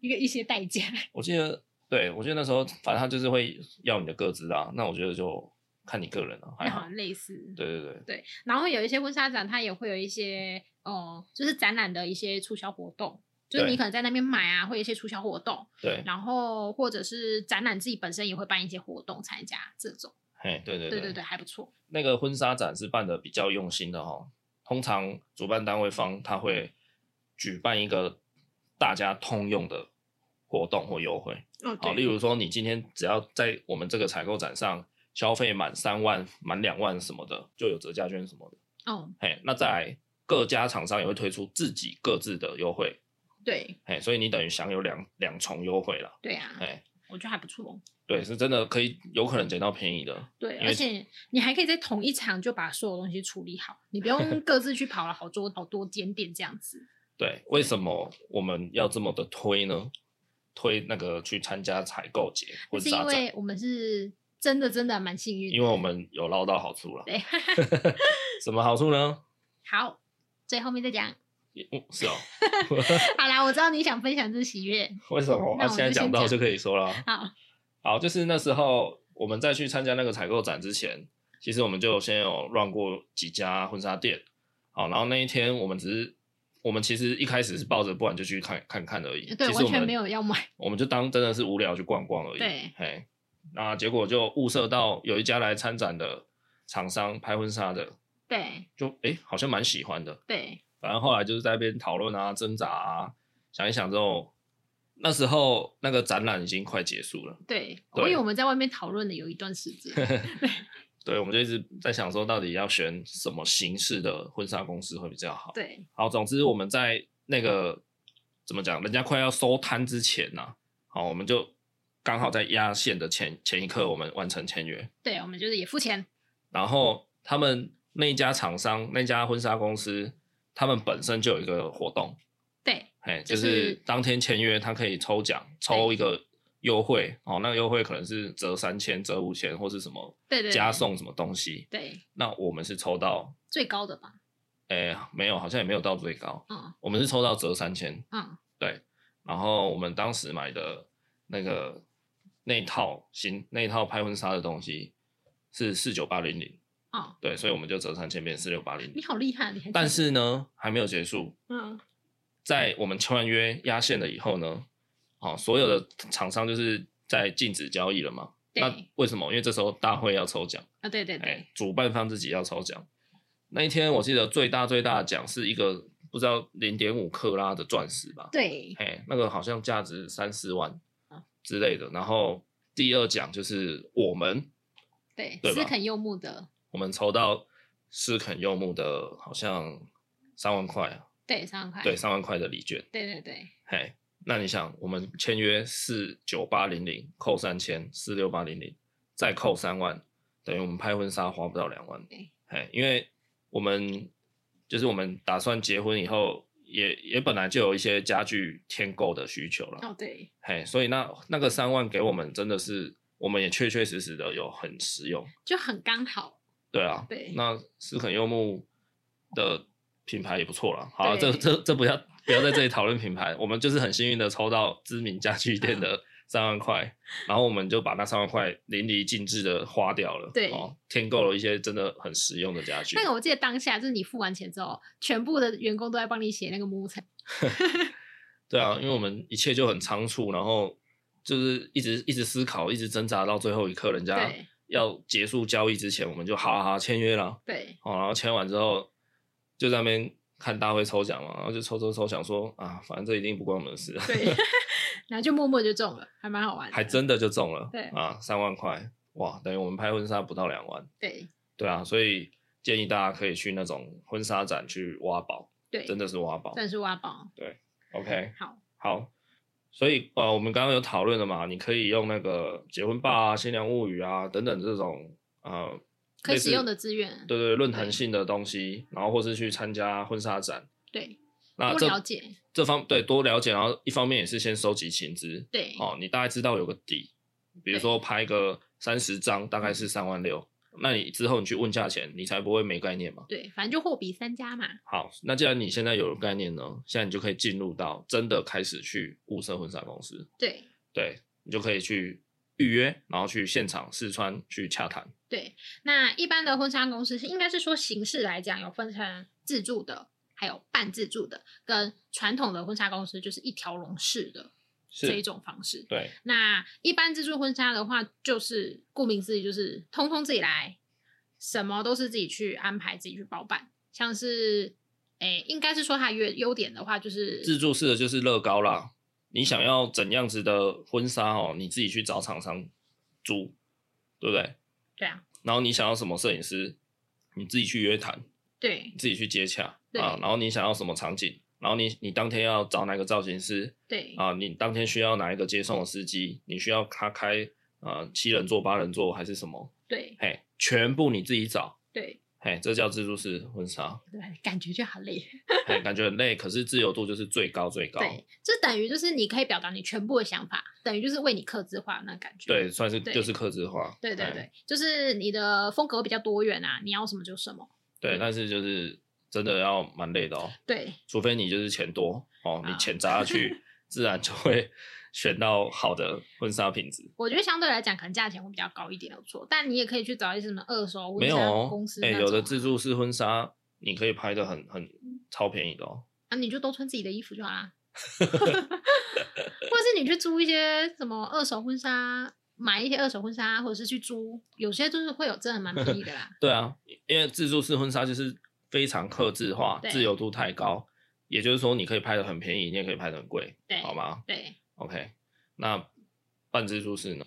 Speaker 2: 一个一些代价。
Speaker 1: 我记得，对我记得那时候反正他就是会要你的个资啊，那我觉得就看你个人了、还
Speaker 2: 然
Speaker 1: 好
Speaker 2: [LAUGHS] 后，类似，
Speaker 1: 对对对，
Speaker 2: 然后有一些婚纱展，它也会有一些哦、呃就是展览的一些促销活动，就是
Speaker 1: 对
Speaker 2: 你可能在那边买啊，会有一些促销活动，
Speaker 1: 对，
Speaker 2: 然后或者是展览自己本身也会办一些活动参加这种，
Speaker 1: 嘿，对对
Speaker 2: 对对对，还不错，
Speaker 1: 那个婚纱展是办的比较用心的哈、哦。通常主办单位方他会举办一个大家通用的活动或优惠，
Speaker 2: 哦
Speaker 1: 好，例如说你今天只要在我们这个采购展上消费满三万、满两万什么的，就有折价券什么的。
Speaker 2: 哦
Speaker 1: 嘿，那再来各家厂商也会推出自己各自的优惠，
Speaker 2: 对
Speaker 1: 嘿，所以你等于享有两两重优惠了。
Speaker 2: 对啊，
Speaker 1: 嘿，
Speaker 2: 我觉得还不错，
Speaker 1: 对，是真的可以有可能捡到便宜的。
Speaker 2: 对，
Speaker 1: 因为
Speaker 2: 而且你还可以在同一场就把所有东西处理好，你
Speaker 1: [LAUGHS]
Speaker 2: 不用各自去跑了好多好多间店这样子，
Speaker 1: 对，为什么我们要这么的推呢？推那个去参加采购节
Speaker 2: 那
Speaker 1: 婚
Speaker 2: 是因
Speaker 1: 纱展，
Speaker 2: 为我们是真的真的蛮幸运的，
Speaker 1: 因为我们有捞到好处了。
Speaker 2: 对， [LAUGHS]
Speaker 1: 什么好处呢？
Speaker 2: 好，最后面再讲。
Speaker 1: 也嗯，是
Speaker 2: [LAUGHS]
Speaker 1: 哦，
Speaker 2: 好啦，我知道你想分享这喜悦。
Speaker 1: 为什么？
Speaker 2: 那
Speaker 1: 那、
Speaker 2: 我
Speaker 1: 现在
Speaker 2: 就先
Speaker 1: 讲到
Speaker 2: 讲
Speaker 1: 就可以说了。啊
Speaker 2: 好，
Speaker 1: 好，就是那时候我们再去参加那个采购展之前，其实我们就先有 run 过几家婚纱店。好，然后那一天我们只是，我们其实一开始是抱着不然就去看看看而已。
Speaker 2: 对，
Speaker 1: 其
Speaker 2: 完
Speaker 1: 实我
Speaker 2: 全
Speaker 1: 们
Speaker 2: 没有要买。 [LAUGHS]
Speaker 1: 我们就当真的是无聊去逛逛而已。
Speaker 2: 对，
Speaker 1: 哎，那结果就物色到有一家来参展的厂商拍婚纱的，
Speaker 2: 对
Speaker 1: 就哎、好像蛮喜欢的。
Speaker 2: 对
Speaker 1: 反正后来就是在那边讨论啊、挣扎啊，想一想之后，那时候那个展览已经快结束了，
Speaker 2: 对，
Speaker 1: 对
Speaker 2: 我以为我们在外面讨论了有一段时间。
Speaker 1: [LAUGHS] 对，我们就一直在想说到底要选什么形式的婚纱公司会比较好。
Speaker 2: 对
Speaker 1: 好，总之我们在那个怎么讲，人家快要收摊之前呐、好，我们就刚好在压线的前前一刻，我们完成签约。
Speaker 2: 对，我们就是也付钱。
Speaker 1: 然后他们那一家厂商那家婚纱公司，他们本身就有一个活动，
Speaker 2: 对
Speaker 1: 哎，
Speaker 2: 就
Speaker 1: 就是是当天签约，他可以抽奖，抽一个优惠哦，那个优惠可能是折三千、折五千或是什么
Speaker 2: 对对，
Speaker 1: 加送什么东西。
Speaker 2: 对
Speaker 1: 那我们是抽到，
Speaker 2: 最高的吧。
Speaker 1: 哎，没有，好像也没有到最高，
Speaker 2: 嗯
Speaker 1: 我们是抽到折三千，
Speaker 2: 嗯，
Speaker 1: 对，然后我们当时买的那个那套新那套拍婚纱的东西是四九八零零。
Speaker 2: 哦，
Speaker 1: 对，所以我们就折三千变四六八零
Speaker 2: 你。好厉害，你还记得
Speaker 1: 但是呢，还没有结束，
Speaker 2: 嗯
Speaker 1: 在我们签完约压线了以后呢，哦，所有的厂商就是在禁止交易了嘛。
Speaker 2: 对
Speaker 1: 那为什么？因为这时候大会要抽奖，
Speaker 2: 啊对对
Speaker 1: 哎
Speaker 2: 对，
Speaker 1: 主办方自己要抽奖。那一天我记得最大最大的奖是一个不知道零点五克拉的钻石吧，
Speaker 2: 对
Speaker 1: 哎，那个好像价值三四万
Speaker 2: 啊
Speaker 1: 之类的。然后第二奖就是我们
Speaker 2: 对，
Speaker 1: 对吧
Speaker 2: 斯肯柚木的，
Speaker 1: 我们抽到斯肯柚木的，好像三万块啊，
Speaker 2: 对三万块。
Speaker 1: 对，三万块的礼券。
Speaker 2: 对对对
Speaker 1: 嘿，那你想，我们签约四九八零零，扣三千，四六八零零，再扣三万，等于我们拍婚纱花不到两万
Speaker 2: 对。
Speaker 1: 嘿，因为我们就是我们打算结婚以后，也也本来就有一些家具添购的需求了。
Speaker 2: 哦对
Speaker 1: 嘿，所以那那个三万给我们真的是，我们也确确实实的有很实用。
Speaker 2: 就很刚好。
Speaker 1: 对啊，
Speaker 2: 对
Speaker 1: 那斯肯柚木的品牌也不错啦。好啊、
Speaker 2: 对
Speaker 1: 这这这不要不要在这里讨论品牌，我们就是很幸运的抽到知名家具店
Speaker 2: [LAUGHS]
Speaker 1: 的三万块，然后我们就把那三万块淋漓尽致的花掉了，
Speaker 2: 对
Speaker 1: 哦，添购了一些真的很实用的家具。
Speaker 2: 那个我记得当下就是你付完钱之后，全部的员工都在帮你写那个母产。
Speaker 1: 对啊，因为我们一切就很仓促，然后就是一直一直思考，一直挣扎到最后一刻，人家
Speaker 2: 对
Speaker 1: 要结束交易之前，我们就好好签约了。
Speaker 2: 对
Speaker 1: 哦，然后签完之后就在那边看大会抽奖嘛，然后就抽抽抽奖说啊，反正这一定不关我们的事， [LAUGHS]
Speaker 2: 对， [LAUGHS] 然后就默默就中了，还蛮好玩的。
Speaker 1: 还真的就中了，
Speaker 2: 对
Speaker 1: 啊，三万块，哇，等于我们拍婚纱不到两万，
Speaker 2: 对
Speaker 1: 对啊，所以建议大家可以去那种婚纱展去挖宝，
Speaker 2: 对，
Speaker 1: 真的是挖宝
Speaker 2: 算是挖宝。
Speaker 1: ，OK，
Speaker 2: 好，
Speaker 1: 好。所以呃，我们刚刚有讨论了嘛，你可以用那个结婚吧啊、新娘物语啊等等这种呃
Speaker 2: 可
Speaker 1: 类
Speaker 2: 以
Speaker 1: 似
Speaker 2: 使用的资源，
Speaker 1: 对对论坛
Speaker 2: 对
Speaker 1: 性的东西，然后或是去参加婚纱展，
Speaker 2: 对，
Speaker 1: 那
Speaker 2: 多
Speaker 1: 啊这
Speaker 2: 了解，
Speaker 1: 这方对多了解，然后一方面也是先收集薪资，
Speaker 2: 对
Speaker 1: 哦，你大概知道有个底，比如说拍个三十张，大概是三万六，那你之后你去问价钱，你才不会没概念嘛。
Speaker 2: 对，反正就货比三家嘛。
Speaker 1: 好，那既然你现在有概念呢，现在你就可以进入到真的开始去物色婚纱公司，
Speaker 2: 对
Speaker 1: 对你就可以去预约，然后去现场试穿去洽谈。
Speaker 2: 对，那一般的婚纱公司是应该是说形式来讲有分成自助的，还有半自助的，跟传统的婚纱公司就是一条龙式的这一
Speaker 1: 是，
Speaker 2: 种方式。
Speaker 1: 对，
Speaker 2: 那一般自助婚纱的话，就是顾名思义，就是通通自己来，什么都是自己去安排、自己去包办。像是，诶、应该是说它优优点的话，就是
Speaker 1: 自助式的就是乐高啦，你想要怎样子的婚纱哦，你自己去找厂商租，对不对？
Speaker 2: 对啊，
Speaker 1: 然后你想要什么摄影师，你自己去约谈，
Speaker 2: 对
Speaker 1: 自己去接洽
Speaker 2: 对
Speaker 1: 啊。然后你想要什么场景，然后你你当天要找哪个造型师
Speaker 2: 对
Speaker 1: 啊？你当天需要哪一个接送的司机？你需要他开啊七人座、八人座还是什么？
Speaker 2: 对
Speaker 1: 嘿，全部你自己找。
Speaker 2: 对
Speaker 1: 嘿，这叫自助式婚纱，
Speaker 2: 对，感觉就好累。 [LAUGHS]
Speaker 1: 嘿，感觉很累，可是自由度就是最高最高，
Speaker 2: 对，这等于就是你可以表达你全部的想法，等于就是为你克制化那感觉。
Speaker 1: 对，算是
Speaker 2: 对
Speaker 1: 就是克制化，
Speaker 2: 对对
Speaker 1: 嘿
Speaker 2: 对，就是你的风格比较多元啊，你要什么就什么。
Speaker 1: 对，但是就是真的要蛮累的哦，
Speaker 2: 对
Speaker 1: 除非你就是钱多哦，你
Speaker 2: 好
Speaker 1: 钱砸下
Speaker 2: [LAUGHS]
Speaker 1: 去，自然就会选到好的婚纱品质。
Speaker 2: 我觉得相对来讲，可能价钱会比较高一点，没有错。但你也可以去找一些什么二手
Speaker 1: 没
Speaker 2: 婚
Speaker 1: 有
Speaker 2: 纱
Speaker 1: 哦
Speaker 2: 公司，
Speaker 1: 哎、
Speaker 2: 那种啊、
Speaker 1: 有的自助式婚纱你可以拍的很很超便宜的哦。。
Speaker 2: 啊，你就都穿自己的衣服就好啦。 [LAUGHS] 或者是你去租一些什么二手婚纱，买一些二手婚纱，或者是去租，有些就是会有真的蛮便宜的啦
Speaker 1: [LAUGHS] 对啊，因为自助式婚纱就是非常克制化，
Speaker 2: 对
Speaker 1: 自由度太高，也就是说你可以拍的很便宜，你也可以拍的很贵，
Speaker 2: 对
Speaker 1: 好吗
Speaker 2: 对，
Speaker 1: ？OK，那半自助式呢？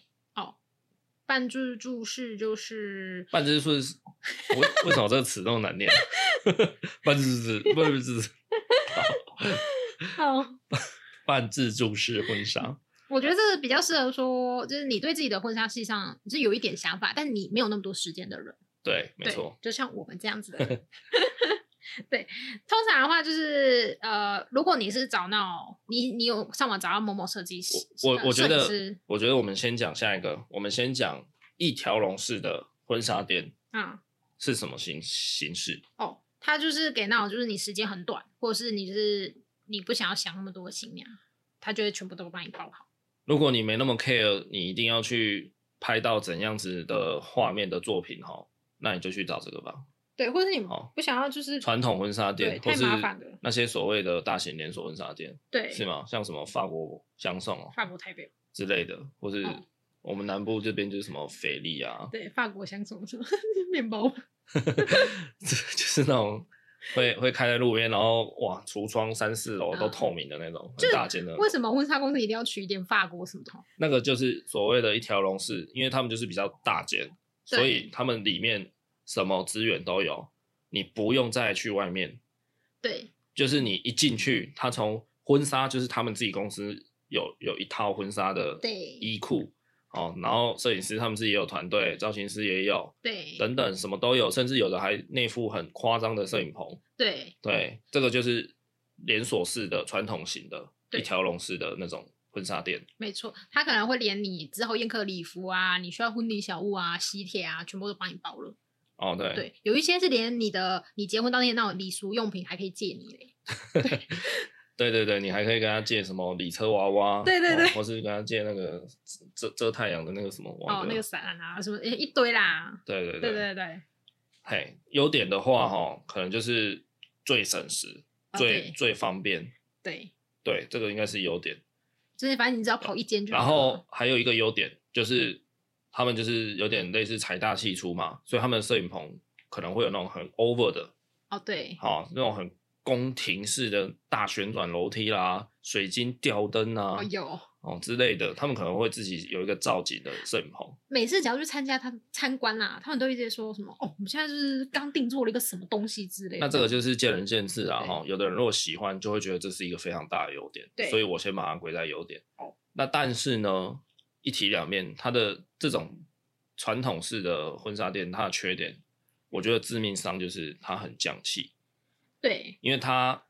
Speaker 2: 半哦自助式
Speaker 1: [LAUGHS]
Speaker 2: 就是
Speaker 1: 半自助式，为为什么这个词那么
Speaker 2: [LAUGHS]
Speaker 1: 难念？ [LAUGHS] 半自助式，半自助式，
Speaker 2: 哦，
Speaker 1: 半自助式婚纱，
Speaker 2: 我觉得这个比较适合说，就是你对自己的婚纱系上是有一点想法，但你没有那么多时间的人。
Speaker 1: 对，没
Speaker 2: 对，
Speaker 1: 错，
Speaker 2: 就像我们这样子的
Speaker 1: [LAUGHS]
Speaker 2: 人。对，通常的话就是呃，如果你是找那种你你有上网找到某某设计师，
Speaker 1: 我
Speaker 2: 呃
Speaker 1: 我觉
Speaker 2: 摄影
Speaker 1: 得
Speaker 2: 师，
Speaker 1: 我觉得我们先讲下一个，我们先讲一条龙式的婚纱店。
Speaker 2: 嗯
Speaker 1: 是什么形形式？
Speaker 2: 哦，他就是给那种就是你时间很短，或者是你就是你不想要想那么多新娘，他就会全部都帮你包好。
Speaker 1: 如果你没那么 care，你一定要去拍到怎样子的画面的作品哈，那你就去找这个吧。
Speaker 2: 对，或者是你
Speaker 1: 哦
Speaker 2: 不想要就是
Speaker 1: 传统婚纱店
Speaker 2: 对
Speaker 1: 或
Speaker 2: 太
Speaker 1: 是
Speaker 2: 麻烦了
Speaker 1: 那些所谓的大型连锁婚纱店
Speaker 2: 对
Speaker 1: 是吗？像什么法国相送哦
Speaker 2: 法国台北，
Speaker 1: 之类的，或是
Speaker 2: 嗯
Speaker 1: 我们南部这边就是什么菲力啊，
Speaker 2: 对法国香什么什么 [LAUGHS] 面包，
Speaker 1: [LAUGHS] 就是那种会会开在路边，然后哇，橱窗三四楼都
Speaker 2: 嗯
Speaker 1: 透明的那种，
Speaker 2: 就
Speaker 1: 很大间的那种。
Speaker 2: 为什么婚纱公司一定要取一点法国什么的？
Speaker 1: 那个就是所谓的一条龙式，因为他们就是比较大间，
Speaker 2: 对
Speaker 1: 所以他们里面什么资源都有，你不用再去外面，
Speaker 2: 对
Speaker 1: 就是你一进去，他从婚纱就是他们自己公司有有一套婚纱的
Speaker 2: 对
Speaker 1: 衣库哦，然后摄影师他们自己也有团队，造型师也有，
Speaker 2: 对
Speaker 1: 等等什么都有，甚至有的还内附很夸张的摄影棚。
Speaker 2: 对
Speaker 1: 对，这个就是连锁式的传统型的
Speaker 2: 对
Speaker 1: 一条龙式的那种婚纱店。
Speaker 2: 没错，他可能会连你之后宴客礼服啊，你需要婚礼小物啊、喜帖啊，全部都帮你包了。
Speaker 1: 哦，
Speaker 2: 对，有一些是连你的你结婚当天那种礼俗用品还可以借你嘞。
Speaker 1: 对对对，你还可以跟他借什么礼车娃娃，
Speaker 2: 对对对
Speaker 1: 哦或是跟他借那个遮遮太阳的那个什么娃
Speaker 2: 哦
Speaker 1: 娃，，
Speaker 2: 那个伞啊，什么诶一堆啦。
Speaker 1: 对对
Speaker 2: 对对对，
Speaker 1: 嘿，优点的话哈、哦，可能就是最省时，
Speaker 2: 啊
Speaker 1: 最
Speaker 2: 对
Speaker 1: 最方便，
Speaker 2: 对
Speaker 1: 对，这个应该是优点。
Speaker 2: 就是反正你只要跑一间就好
Speaker 1: 然
Speaker 2: 了。
Speaker 1: 后还有一个优点就是，
Speaker 2: 嗯
Speaker 1: 他们就是有点类似财大气粗嘛，所以他们的摄影棚可能会有那种很 over 的，
Speaker 2: 哦对，
Speaker 1: 好、那种很宫廷式的大旋转楼梯啦、水晶吊灯啊
Speaker 2: 哦，有。
Speaker 1: 哦之类的，他们可能会自己有一个造景的摄影棚。
Speaker 2: 每次只要去参加他参观啦，他们都一直说什么哦，我们现在就是刚定做了一个什么东西之类的。
Speaker 1: 那这个就是见仁见智啊，
Speaker 2: 对
Speaker 1: 哈，有的人如果喜欢，就会觉得这是一个非常大的优点，
Speaker 2: 对
Speaker 1: 所以我先把它归在优点。
Speaker 2: 哦，
Speaker 1: 那但是呢，一体两面，它的这种传统式的婚纱店，它的缺点，我觉得致命伤就是它很匠气，
Speaker 2: 对
Speaker 1: 因为它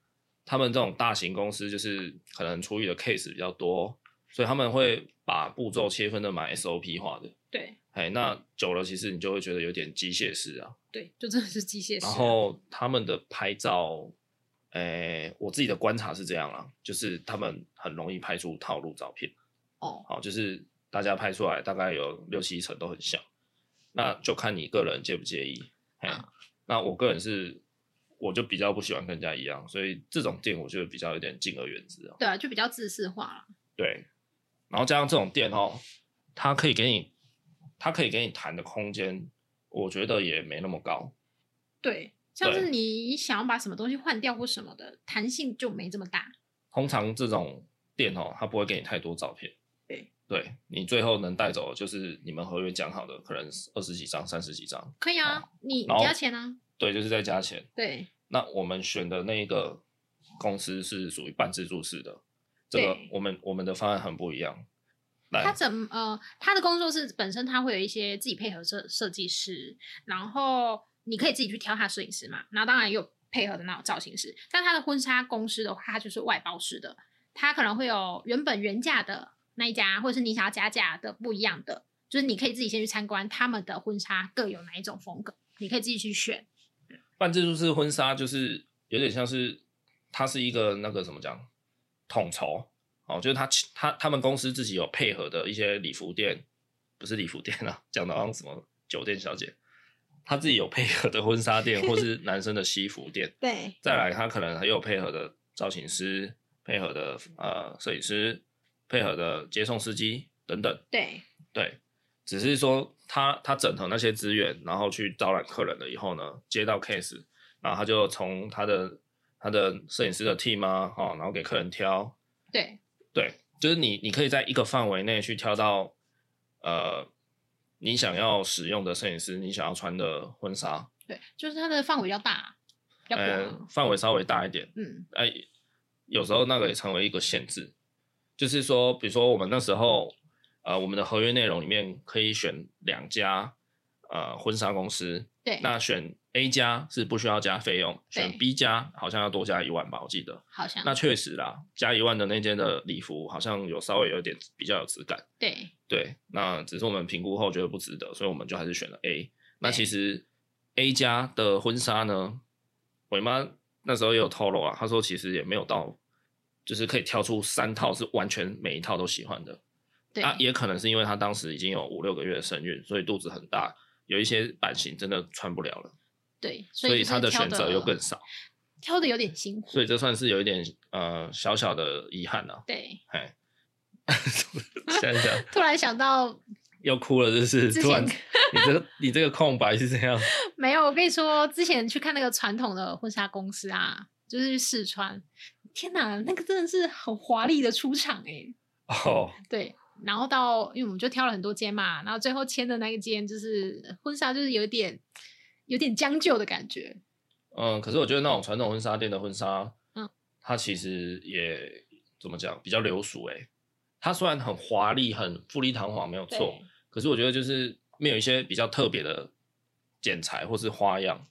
Speaker 1: 他们这种大型公司就是可能处理的 case 比较多，所以他们会把步骤切分的蛮 SOP 化的。
Speaker 2: 对
Speaker 1: 哎，那久了，其实你就会觉得有点机械式啊。
Speaker 2: 对，就真的是机械式啊。
Speaker 1: 然后他们的拍照，诶、我自己的观察是这样啦，就是他们很容易拍出套路照片，
Speaker 2: 哦，
Speaker 1: 好，就是大家拍出来大概有六七成都很像，那就看你个人介不介意。嘿
Speaker 2: 啊
Speaker 1: 那我个人是，我就比较不喜欢跟人家一样，所以这种店我就比较有点敬而远之啊。
Speaker 2: 对啊，就比较自式化了。
Speaker 1: 对，然后加上这种店哦，它可以给你，它可以给你谈的空间，我觉得也没那么高。
Speaker 2: 对，像
Speaker 1: 对
Speaker 2: 是你想要把什么东西换掉或什么的，弹性就没这么大。
Speaker 1: 通常这种店哦，它不会给你太多照片。
Speaker 2: 对，
Speaker 1: 对你最后能带走的就是你们合约讲好的，可能二十几张、三十几张，
Speaker 2: 可以啊，你你
Speaker 1: 哦然后
Speaker 2: 加钱啊。
Speaker 1: 对，就是再加钱。
Speaker 2: 对
Speaker 1: 那我们选的那一个公司是属于半自助式的，这个
Speaker 2: 对
Speaker 1: 我们我们的方案很不一样。来
Speaker 2: 他，怎么呃，他的工作室本身他会有一些自己配合设设计师，然后你可以自己去挑他摄影师嘛，然后当然也有配合的那种造型师。但他的婚纱公司的话，它就是外包式的，它可能会有原本原价的那一家，或者是你想要加价的不一样的，就是你可以自己先去参观他们的婚纱各有哪一种风格，你可以自己去选。
Speaker 1: 半自助式婚纱就是有点像是它是一个那个怎么讲统筹哦，就是他他他们公司自己有配合的一些礼服店，不是礼服店啊，讲的好像什么酒店小姐，他自己有配合的婚纱店或是男生的西服店，
Speaker 2: 对
Speaker 1: 再来他可能还有配合的造型师、配合的呃摄影师、配合的接送司机等等，
Speaker 2: 对
Speaker 1: 对，只是说他他整合那些资源，然后去招揽客人了以后呢，接到 case，然后他就从他的他的摄影师的 team 啊，哦，然后给客人挑，
Speaker 2: 对
Speaker 1: 对，就是你你可以在一个范围内去挑到呃你想要使用的摄影师，你想要穿的婚纱，
Speaker 2: 对，就是它的范围比较大，比较广啊、
Speaker 1: 呃，范围稍微大一点，
Speaker 2: 嗯，
Speaker 1: 哎，有时候那个也成为一个限制，就是说，比如说我们那时候，呃，我们的合约内容里面可以选两家呃婚纱公司，
Speaker 2: 对，
Speaker 1: 那选 A 家是不需要加费用，选
Speaker 2: 对嗯
Speaker 1: B 家好像要多加一万吧，我记得。
Speaker 2: 好像
Speaker 1: 那确实啦，加一万的那间的礼服好像有稍微有点比较有质感，
Speaker 2: 对
Speaker 1: 对，那只是我们评估后觉得不值得，所以我们就还是选了 A。那
Speaker 2: 对
Speaker 1: 其实 A 家的婚纱呢，伟妈那时候也有透露啊，她说其实也没有到，就是可以挑出三套是完全每一套都喜欢的。
Speaker 2: 对、
Speaker 1: 啊，也可能是因为她当时已经有五六个月的身孕，所以肚子很大，有一些版型真的穿不了了，
Speaker 2: 对，所
Speaker 1: 所
Speaker 2: 以
Speaker 1: 以
Speaker 2: 就是
Speaker 1: 她的
Speaker 2: 挑
Speaker 1: 选择又更少，
Speaker 2: 挑的有点辛苦。
Speaker 1: 所以这算是有一点呃小小的遗憾了、啊。
Speaker 2: 对，
Speaker 1: [LAUGHS] 哎，想一想，
Speaker 2: 突然想到，
Speaker 1: 又哭了，就是
Speaker 2: 之前
Speaker 1: 突然，你
Speaker 2: [LAUGHS]
Speaker 1: 这个你这个空白是这样，
Speaker 2: 没有，我跟你说，之前去看那个传统的婚纱公司啊，就是去试穿，天哪，那个真的是很华丽的出场哎、
Speaker 1: 哦，
Speaker 2: 对，然后到因为我们就挑了很多间嘛，然后最后签的那一间就是婚纱，就是有点有点将就的感觉。
Speaker 1: 嗯，可是我觉得那种传统婚纱店的婚纱，
Speaker 2: 嗯，
Speaker 1: 它其实也怎么讲，比较流俗诶、它虽然很华丽、很富丽堂皇，没有错，
Speaker 2: 对
Speaker 1: 可是我觉得就是没有一些比较特别的剪裁或是花样、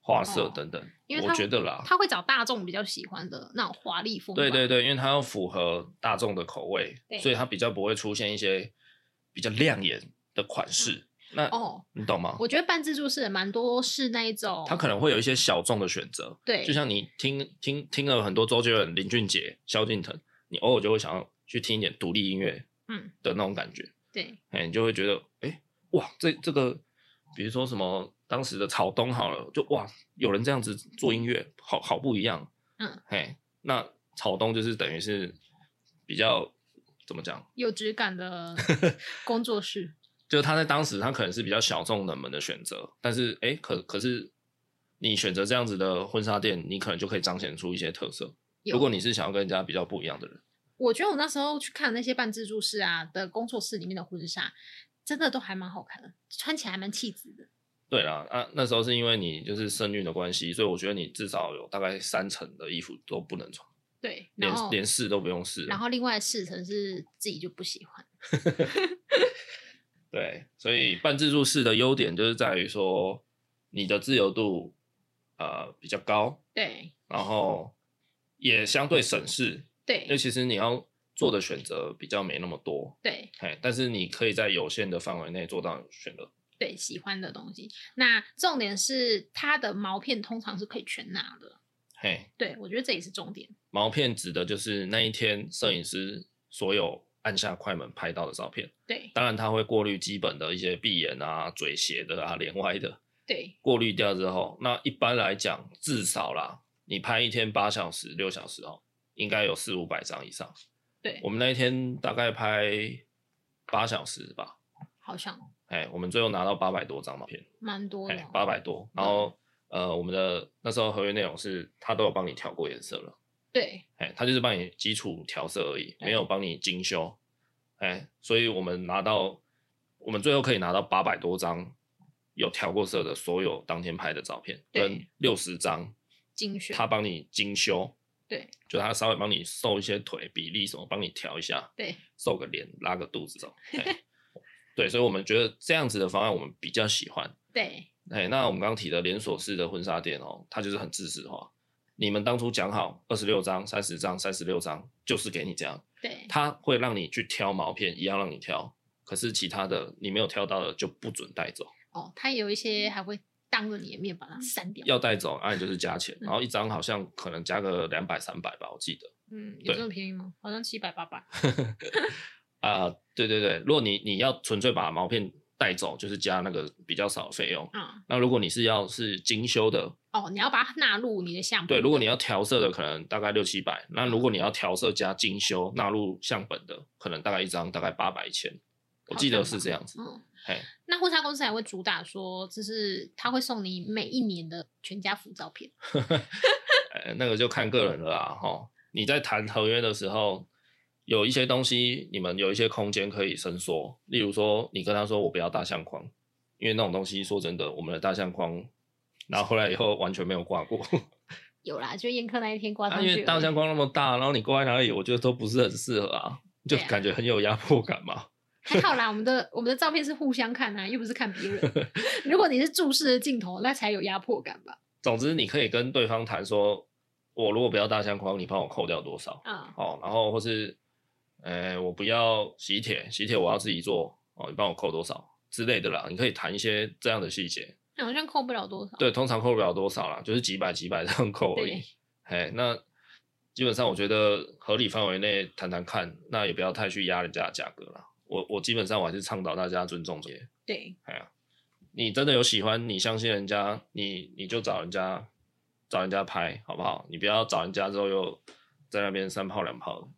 Speaker 1: 花色
Speaker 2: 哦
Speaker 1: 等等，
Speaker 2: 因为
Speaker 1: 我
Speaker 2: 它
Speaker 1: 觉得啦，
Speaker 2: 他会找大众比较喜欢的那种华丽风吧。
Speaker 1: 对对对，因为它要符合大众的口味
Speaker 2: 对，
Speaker 1: 所以它比较不会出现一些比较亮眼的款式。那
Speaker 2: 哦，
Speaker 1: 你懂吗？
Speaker 2: 我觉得半自助式的蛮多是那一
Speaker 1: 嗯
Speaker 2: 种，
Speaker 1: 他可能会有一些小众的选择，
Speaker 2: 哦对，
Speaker 1: 就像你听听听了很多周杰伦、林俊杰、萧敬腾，你偶尔就会想要去听一点独立音乐
Speaker 2: 嗯，
Speaker 1: 的那种感觉，
Speaker 2: 对
Speaker 1: 哎、你就会觉得，哎、哇，这这个，比如说什么当时的草东好了，就哇，有人这样子做音乐，好好不一样，
Speaker 2: 嗯，
Speaker 1: 哎，那草东就是等于是比较怎么讲？
Speaker 2: 有质
Speaker 1: [LAUGHS]
Speaker 2: 感的工作室，
Speaker 1: 就是他在当时他可能是比较小众冷门的选择，但是哎、诶可可是你选择这样子的婚纱店，你可能就可以彰显出一些特色。
Speaker 2: 有
Speaker 1: 如果你是想要跟人家比较不一样的人，
Speaker 2: 我觉得我那时候去看那些办自助式啊的工作室里面的婚纱，真的都还蛮好看的，穿起来还蛮气质的。
Speaker 1: 对啦，啊，那时候是因为你就是身孕的关系，所以我觉得你至少有大概三成的衣服都不能穿，
Speaker 2: 对，然
Speaker 1: 连
Speaker 2: 后
Speaker 1: 连试都不用试了。
Speaker 2: 然后另外四成是自己就不喜欢。
Speaker 1: 对，所以半自助式的优点就是在于说你的自由度呃比较高，
Speaker 2: 对
Speaker 1: 然后也相对省事，因为
Speaker 2: 对
Speaker 1: 其实你要做的选择比较没那么多，
Speaker 2: 对
Speaker 1: 嘿，但是你可以在有限的范围内做到选择。
Speaker 2: 对，喜欢的东西。那重点是它的毛片通常是可以全拿的。
Speaker 1: 嘿，
Speaker 2: 对，我觉得这也是重点。
Speaker 1: 毛片指的就是那一天摄影师所有按下快门拍到的照片。
Speaker 2: 对
Speaker 1: 当然，它会过滤基本的一些闭眼啊、嘴斜的啊、脸歪的，
Speaker 2: 对
Speaker 1: 过滤掉之后，那一般来讲，至少啦，你拍一天八小时、六小时哦，应该有四五百张以上。
Speaker 2: 对
Speaker 1: 我，们那一天大概拍八小时吧，
Speaker 2: 好像
Speaker 1: 哎，我们最后拿到八百多张毛片，
Speaker 2: 蛮多的
Speaker 1: 哎
Speaker 2: 哦。，
Speaker 1: 八百多。然后呃，我们的那时候合约内容是，他都有帮你调过颜色了，
Speaker 2: 对
Speaker 1: 哎，他就是帮你基础调色而已，
Speaker 2: 对
Speaker 1: 没有帮你精修，哎，所以我们拿到，我们最后可以拿到八百多张有调过色的所有当天拍的照片，
Speaker 2: 对
Speaker 1: 跟六十张
Speaker 2: 精选。
Speaker 1: 他帮你精修，
Speaker 2: 对
Speaker 1: 就他稍微帮你瘦一些腿比例什么，帮你调一下，
Speaker 2: 对
Speaker 1: 瘦个脸，拉个肚子这种。
Speaker 2: [LAUGHS]
Speaker 1: 嘿对，所以我们觉得这样子的方案我们比较喜欢。
Speaker 2: 对
Speaker 1: 哎，那我们刚刚提的连锁式的婚纱店哦，它就是很自式化。你们当初讲好二十六张、三十张、三十六张，就是给你这样，
Speaker 2: 对
Speaker 1: 它会让你去挑毛片，一样让你挑。可是其他的你没有挑到的就不准带走，
Speaker 2: 哦，它有一些还会当着你的面把
Speaker 1: 嗯
Speaker 2: 它删掉。
Speaker 1: 要带走，啊那、你就是加钱，然后一张好像可能加个两百、三百吧，我记得。
Speaker 2: 嗯，有
Speaker 1: 对
Speaker 2: 这么便宜吗？好像七百八百。
Speaker 1: 啊、对对对，如果你你要纯粹把毛片带走，就是加那个比较少的费用。
Speaker 2: 嗯，
Speaker 1: 那如果你是要是精修的，
Speaker 2: 哦，你要把它纳入你的项目。
Speaker 1: 对，如果你要调色的，可能大概六七百。那如果你要调色加精修纳入相本的，可能大概一张大概八百一千，我记得是这样子。
Speaker 2: 嗯，
Speaker 1: 嘿，
Speaker 2: 那婚纱公司还会主打说，就是他会送你每一年的全家福照片。
Speaker 1: 呃，那个就看个人了啦，哈。你在谈合约的时候，有一些东西你们有一些空间可以伸缩，例如说你跟他说我不要大相框，因为那种东西说真的，我们的大相框拿回来以后完全没有挂
Speaker 2: [LAUGHS]
Speaker 1: 过，
Speaker 2: 有啦，就宴客那一天挂上
Speaker 1: 啊、
Speaker 2: 去
Speaker 1: 因
Speaker 2: 而已。
Speaker 1: 为大相框那么大，然后你挂在哪里，我觉得都不是很适合啊，就
Speaker 2: 对啊
Speaker 1: 感觉很有压迫感嘛。
Speaker 2: 还好啦，我们的我们的照片是互相看啊，又不是看
Speaker 1: [LAUGHS]
Speaker 2: 别人。如果你是注视的镜头，那才有压迫感吧？
Speaker 1: 总之，你可以跟对方谈说，我如果不要大相框，你帮我扣掉多少？
Speaker 2: 啊、
Speaker 1: 哦，然后或是，呃，我不要喜帖，喜帖我要自己做，哦，你帮我扣多少之类的啦。你可以谈一些这样的细节。
Speaker 2: 好像扣不了多少。
Speaker 1: 对，通常扣不了多少啦，就是几百几百这样扣而已
Speaker 2: 对。
Speaker 1: 哎，那基本上我觉得合理范围内谈谈看，那也不要太去压人家的价格啦。我我基本上我还是倡导大家尊重这些。
Speaker 2: 对
Speaker 1: 哎呀，你真的有喜欢，你相信人家，你你就找人家找人家拍好不好？你不要找人家之后又在那边三炮两炮的。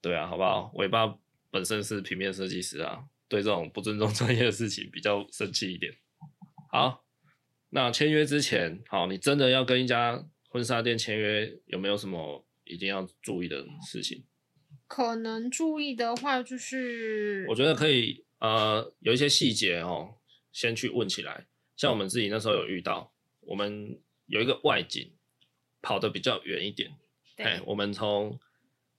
Speaker 1: 对啊，好不好？尾巴本身是平面设计师啊，对这种不尊重专业的事情比较生气一点。好，那签约之前，好，你真的要跟一家婚纱店签约，有没有什么一定要注意的事情？
Speaker 2: 可能注意的话就是，
Speaker 1: 我觉得可以，呃，有一些细节哦，先去问起来。像我们自己那时候有遇到，我们有一个外景跑得比较远一点，哎
Speaker 2: 对，
Speaker 1: 我们从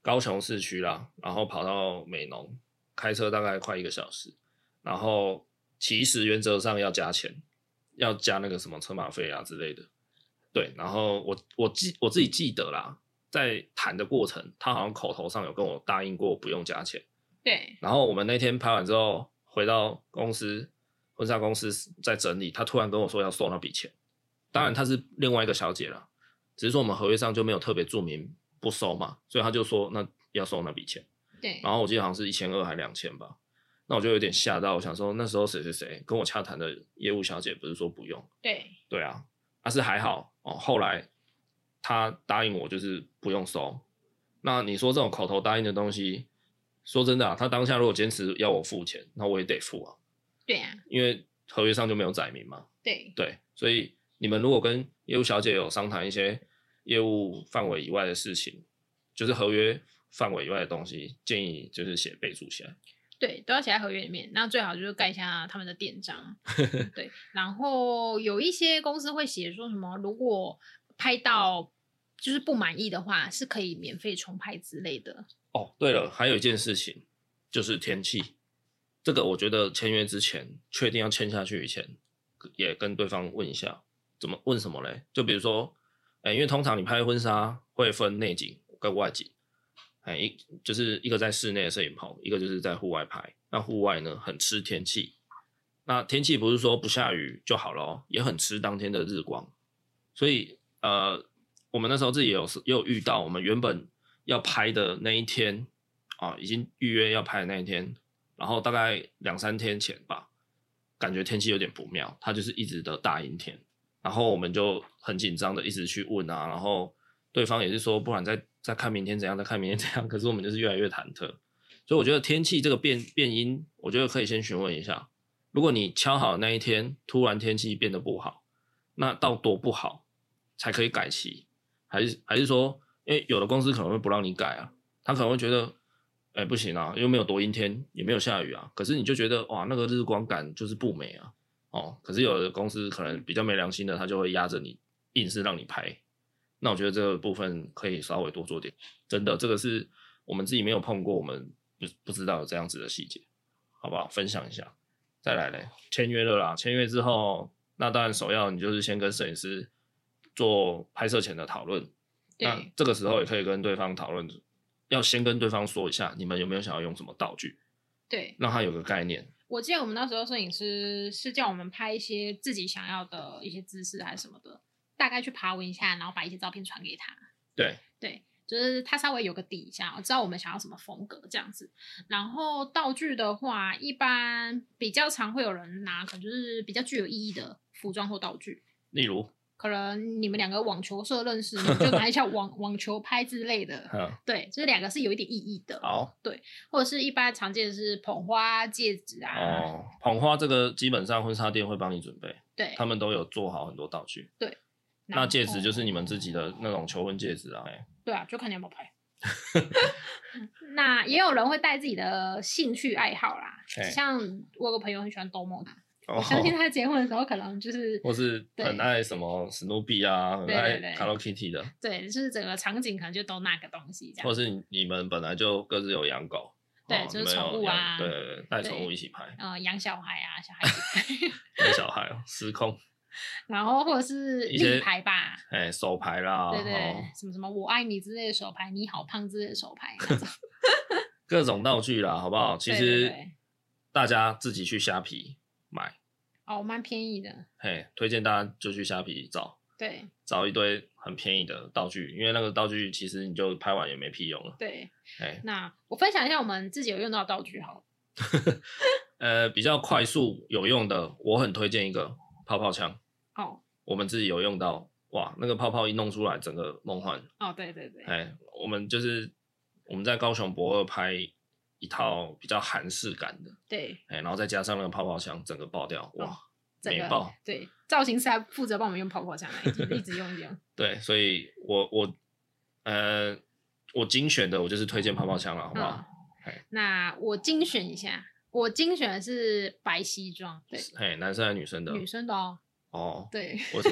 Speaker 1: 高雄市区啦，然后跑到美浓，开车大概快一个小时。然后其实原则上要加钱，要加那个什么车马费啊之类的。对，然后我我记我自己记得啦，在谈的过程，他好像口头上有跟我答应过不用加钱。
Speaker 2: 对
Speaker 1: 然后我们那天拍完之后回到公司，婚纱公司在整理，他突然跟我说要收那笔钱。当然她是另外一个小姐啦，只是说我们合约上就没有特别注明不收嘛，所以他就说那要收那笔钱。
Speaker 2: 对
Speaker 1: 然后我记得好像是一千二还两千吧，那我就有点吓到，我想说那时候谁谁谁跟我洽谈的业务小姐不是说不用，
Speaker 2: 对
Speaker 1: 对啊，但是还好哦。后来他答应我就是不用收，那你说这种口头答应的东西，说真的啊，他当下如果坚持要我付钱，那我也得付啊，
Speaker 2: 对啊，
Speaker 1: 因为合约上就没有载明嘛。
Speaker 2: 对，
Speaker 1: 对，所以你们如果跟业务小姐有商谈一些业务范围以外的事情，就是合约范围以外的东西，建议就是写备注起来。
Speaker 2: 对，都要写在合约里面。那最好就是盖一下他们的店
Speaker 1: [LAUGHS]
Speaker 2: 章。对，然后有一些公司会写说什么，如果拍到就是不满意的话，是可以免费重拍之类的。
Speaker 1: 哦，对了，还有一件事情就是天气，这个我觉得签约之前确定要签下去以前，也跟对方问一下，怎么问什么嘞？就比如说，哎、因为通常你拍婚纱会分内景跟外景，哎、一就是一个在室内的摄影棚，一个就是在户外拍。那户外呢，很吃天气。那天气不是说不下雨就好了哦，也很吃当天的日光。所以呃，我们那时候自己也有也有遇到，我们原本要拍的那一天啊，已经预约要拍的那一天，然后大概两三天前吧，感觉天气有点不妙，它就是一直的大阴天，然后我们就很紧张的一直去问啊，然后对方也是说，不然再再看明天怎样，再看明天怎样，可是我们就是越来越忐忑，所以我觉得天气这个变变因，我觉得可以先询问一下，如果你敲好的那一天突然天气变得不好，那到多不好才可以改期？还是还是说，因为有的公司可能会不让你改啊，他可能会觉得，哎、不行啊，又没有多阴天，也没有下雨啊，可是你就觉得哇，那个日光感就是不美啊，哦，可是有的公司可能比较没良心的，他就会压着你，硬是让你拍。那我觉得这个部分可以稍微多做点，真的，这个是我们自己没有碰过，我们不不知道有这样子的细节，好不好？分享一下，再来嘞，签约了啦，签约之后，那当然首要你就是先跟摄影师做拍摄前的讨论，那
Speaker 2: 对，
Speaker 1: 这个时候也可以跟对方讨论，要先跟对方说一下，你们有没有想要用什么道具，
Speaker 2: 对，
Speaker 1: 让他有个概念。
Speaker 2: 我记得我们那时候摄影师是叫我们拍一些自己想要的一些姿势还是什么的，大概去爬文一下，然后把一些照片传给他。
Speaker 1: 对
Speaker 2: 对，就是他稍微有个底下，我知道我们想要什么风格这样子。然后道具的话，一般比较常会有人拿，可能就是比较具有意义的服装或道具。
Speaker 1: 例如，
Speaker 2: 可能你们两个网球社认识，你们就
Speaker 1: [LAUGHS]
Speaker 2: 拿一下网网球拍之类的，
Speaker 1: 嗯，
Speaker 2: 对，就是两个是有一点意义的，
Speaker 1: 好
Speaker 2: 或者是一般常见的是捧花、戒指啊，
Speaker 1: 哦，捧花这个基本上婚纱店会帮你准备，
Speaker 2: 对，
Speaker 1: 他们都有做好很多道具。
Speaker 2: 然
Speaker 1: 那
Speaker 2: 后
Speaker 1: 戒指就是你们自己的那种求婚戒指啊，哎、
Speaker 2: 对啊，就看你有没
Speaker 1: [LAUGHS]
Speaker 2: 有拍。那也有人会带自己的兴趣爱好啦，
Speaker 1: 哎
Speaker 2: 像我有个朋友很喜欢兜猫，
Speaker 1: 哦
Speaker 2: [LAUGHS] 我相信他结婚的时候可能就是
Speaker 1: 或是
Speaker 2: 对
Speaker 1: 很爱什么史努比啊，很
Speaker 2: 对对
Speaker 1: 爱
Speaker 2: 对
Speaker 1: Hello Kitty 的，
Speaker 2: 对，就是整个场景可能就都那个东西这
Speaker 1: 或
Speaker 2: 样。
Speaker 1: 是你们本来就各自有养狗，
Speaker 2: 对
Speaker 1: 哦
Speaker 2: 就是
Speaker 1: 你们有
Speaker 2: 宠物
Speaker 1: 养
Speaker 2: 啊
Speaker 1: 对对对，带宠物
Speaker 2: 对
Speaker 1: 一起拍，
Speaker 2: 呃，养小孩啊，小孩子， [LAUGHS]
Speaker 1: 带小孩哦，失控，
Speaker 2: 然后或者是
Speaker 1: 一些
Speaker 2: 立牌吧，
Speaker 1: 哎、手牌啦，
Speaker 2: 对对，
Speaker 1: 哦
Speaker 2: 什么什么我爱你之类的手牌，你好胖之类的手牌
Speaker 1: [LAUGHS]
Speaker 2: 那种，
Speaker 1: 各种道具啦，好不好？其
Speaker 2: 哦对对
Speaker 1: 实
Speaker 2: 对
Speaker 1: 大家自己去虾皮买，
Speaker 2: 哦，蛮便宜的，
Speaker 1: 嘿，推荐大家就去虾皮找
Speaker 2: 对
Speaker 1: 找一堆很便宜的道具，因为那个道具其实你就拍完也没屁用了，
Speaker 2: 对。
Speaker 1: 哎，
Speaker 2: 那我分享一下我们自己有用到的道具好了，
Speaker 1: 呃，比较快速有用的，我很推荐一个泡泡枪，
Speaker 2: 哦
Speaker 1: 我们自己有用到，哇，那个泡泡一弄出来，整个梦幻，
Speaker 2: 哦，对对对，
Speaker 1: 哎，我们就是我们在高雄博二拍一套比较韩式感的，
Speaker 2: 对，
Speaker 1: 哎，然后再加上那个泡泡枪，整个爆掉，哇。
Speaker 2: 哦整
Speaker 1: 美
Speaker 2: 个
Speaker 1: 爆
Speaker 2: 对造型师还负责帮我们用泡泡枪，
Speaker 1: [LAUGHS]
Speaker 2: 一直一直用一直用。
Speaker 1: 对，所以我我呃我精选的我就是推荐泡泡枪了，好不好？
Speaker 2: 嗯
Speaker 1: 哎
Speaker 2: 那我精选一下，我精选的是白西装，嗯对，
Speaker 1: 嘿，男生还是女生的？
Speaker 2: 女生的哦，
Speaker 1: 哦，
Speaker 2: 对，
Speaker 1: 我 [LAUGHS] 是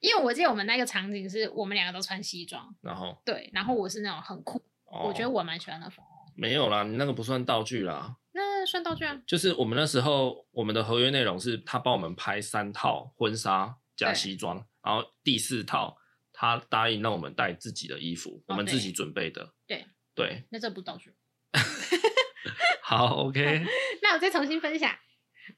Speaker 2: 因为我记得我们那个场景是我们两个都穿西装，
Speaker 1: 然后
Speaker 2: 对，然后我是那种很酷，
Speaker 1: 哦，
Speaker 2: 我觉得我蛮喜欢那种。
Speaker 1: 没有啦，你那个不算道具啦，
Speaker 2: 那算道具啊，
Speaker 1: 就是我们那时候我们的合约内容是他帮我们拍三套婚纱加
Speaker 2: 对
Speaker 1: 西装，然后第四套他答应让我们带自己的衣服，我们
Speaker 2: 哦对
Speaker 1: 自己准备的。
Speaker 2: 对
Speaker 1: 对，
Speaker 2: 那这不是道具。 [LAUGHS]
Speaker 1: 好，OK，
Speaker 2: 那我再重新分享，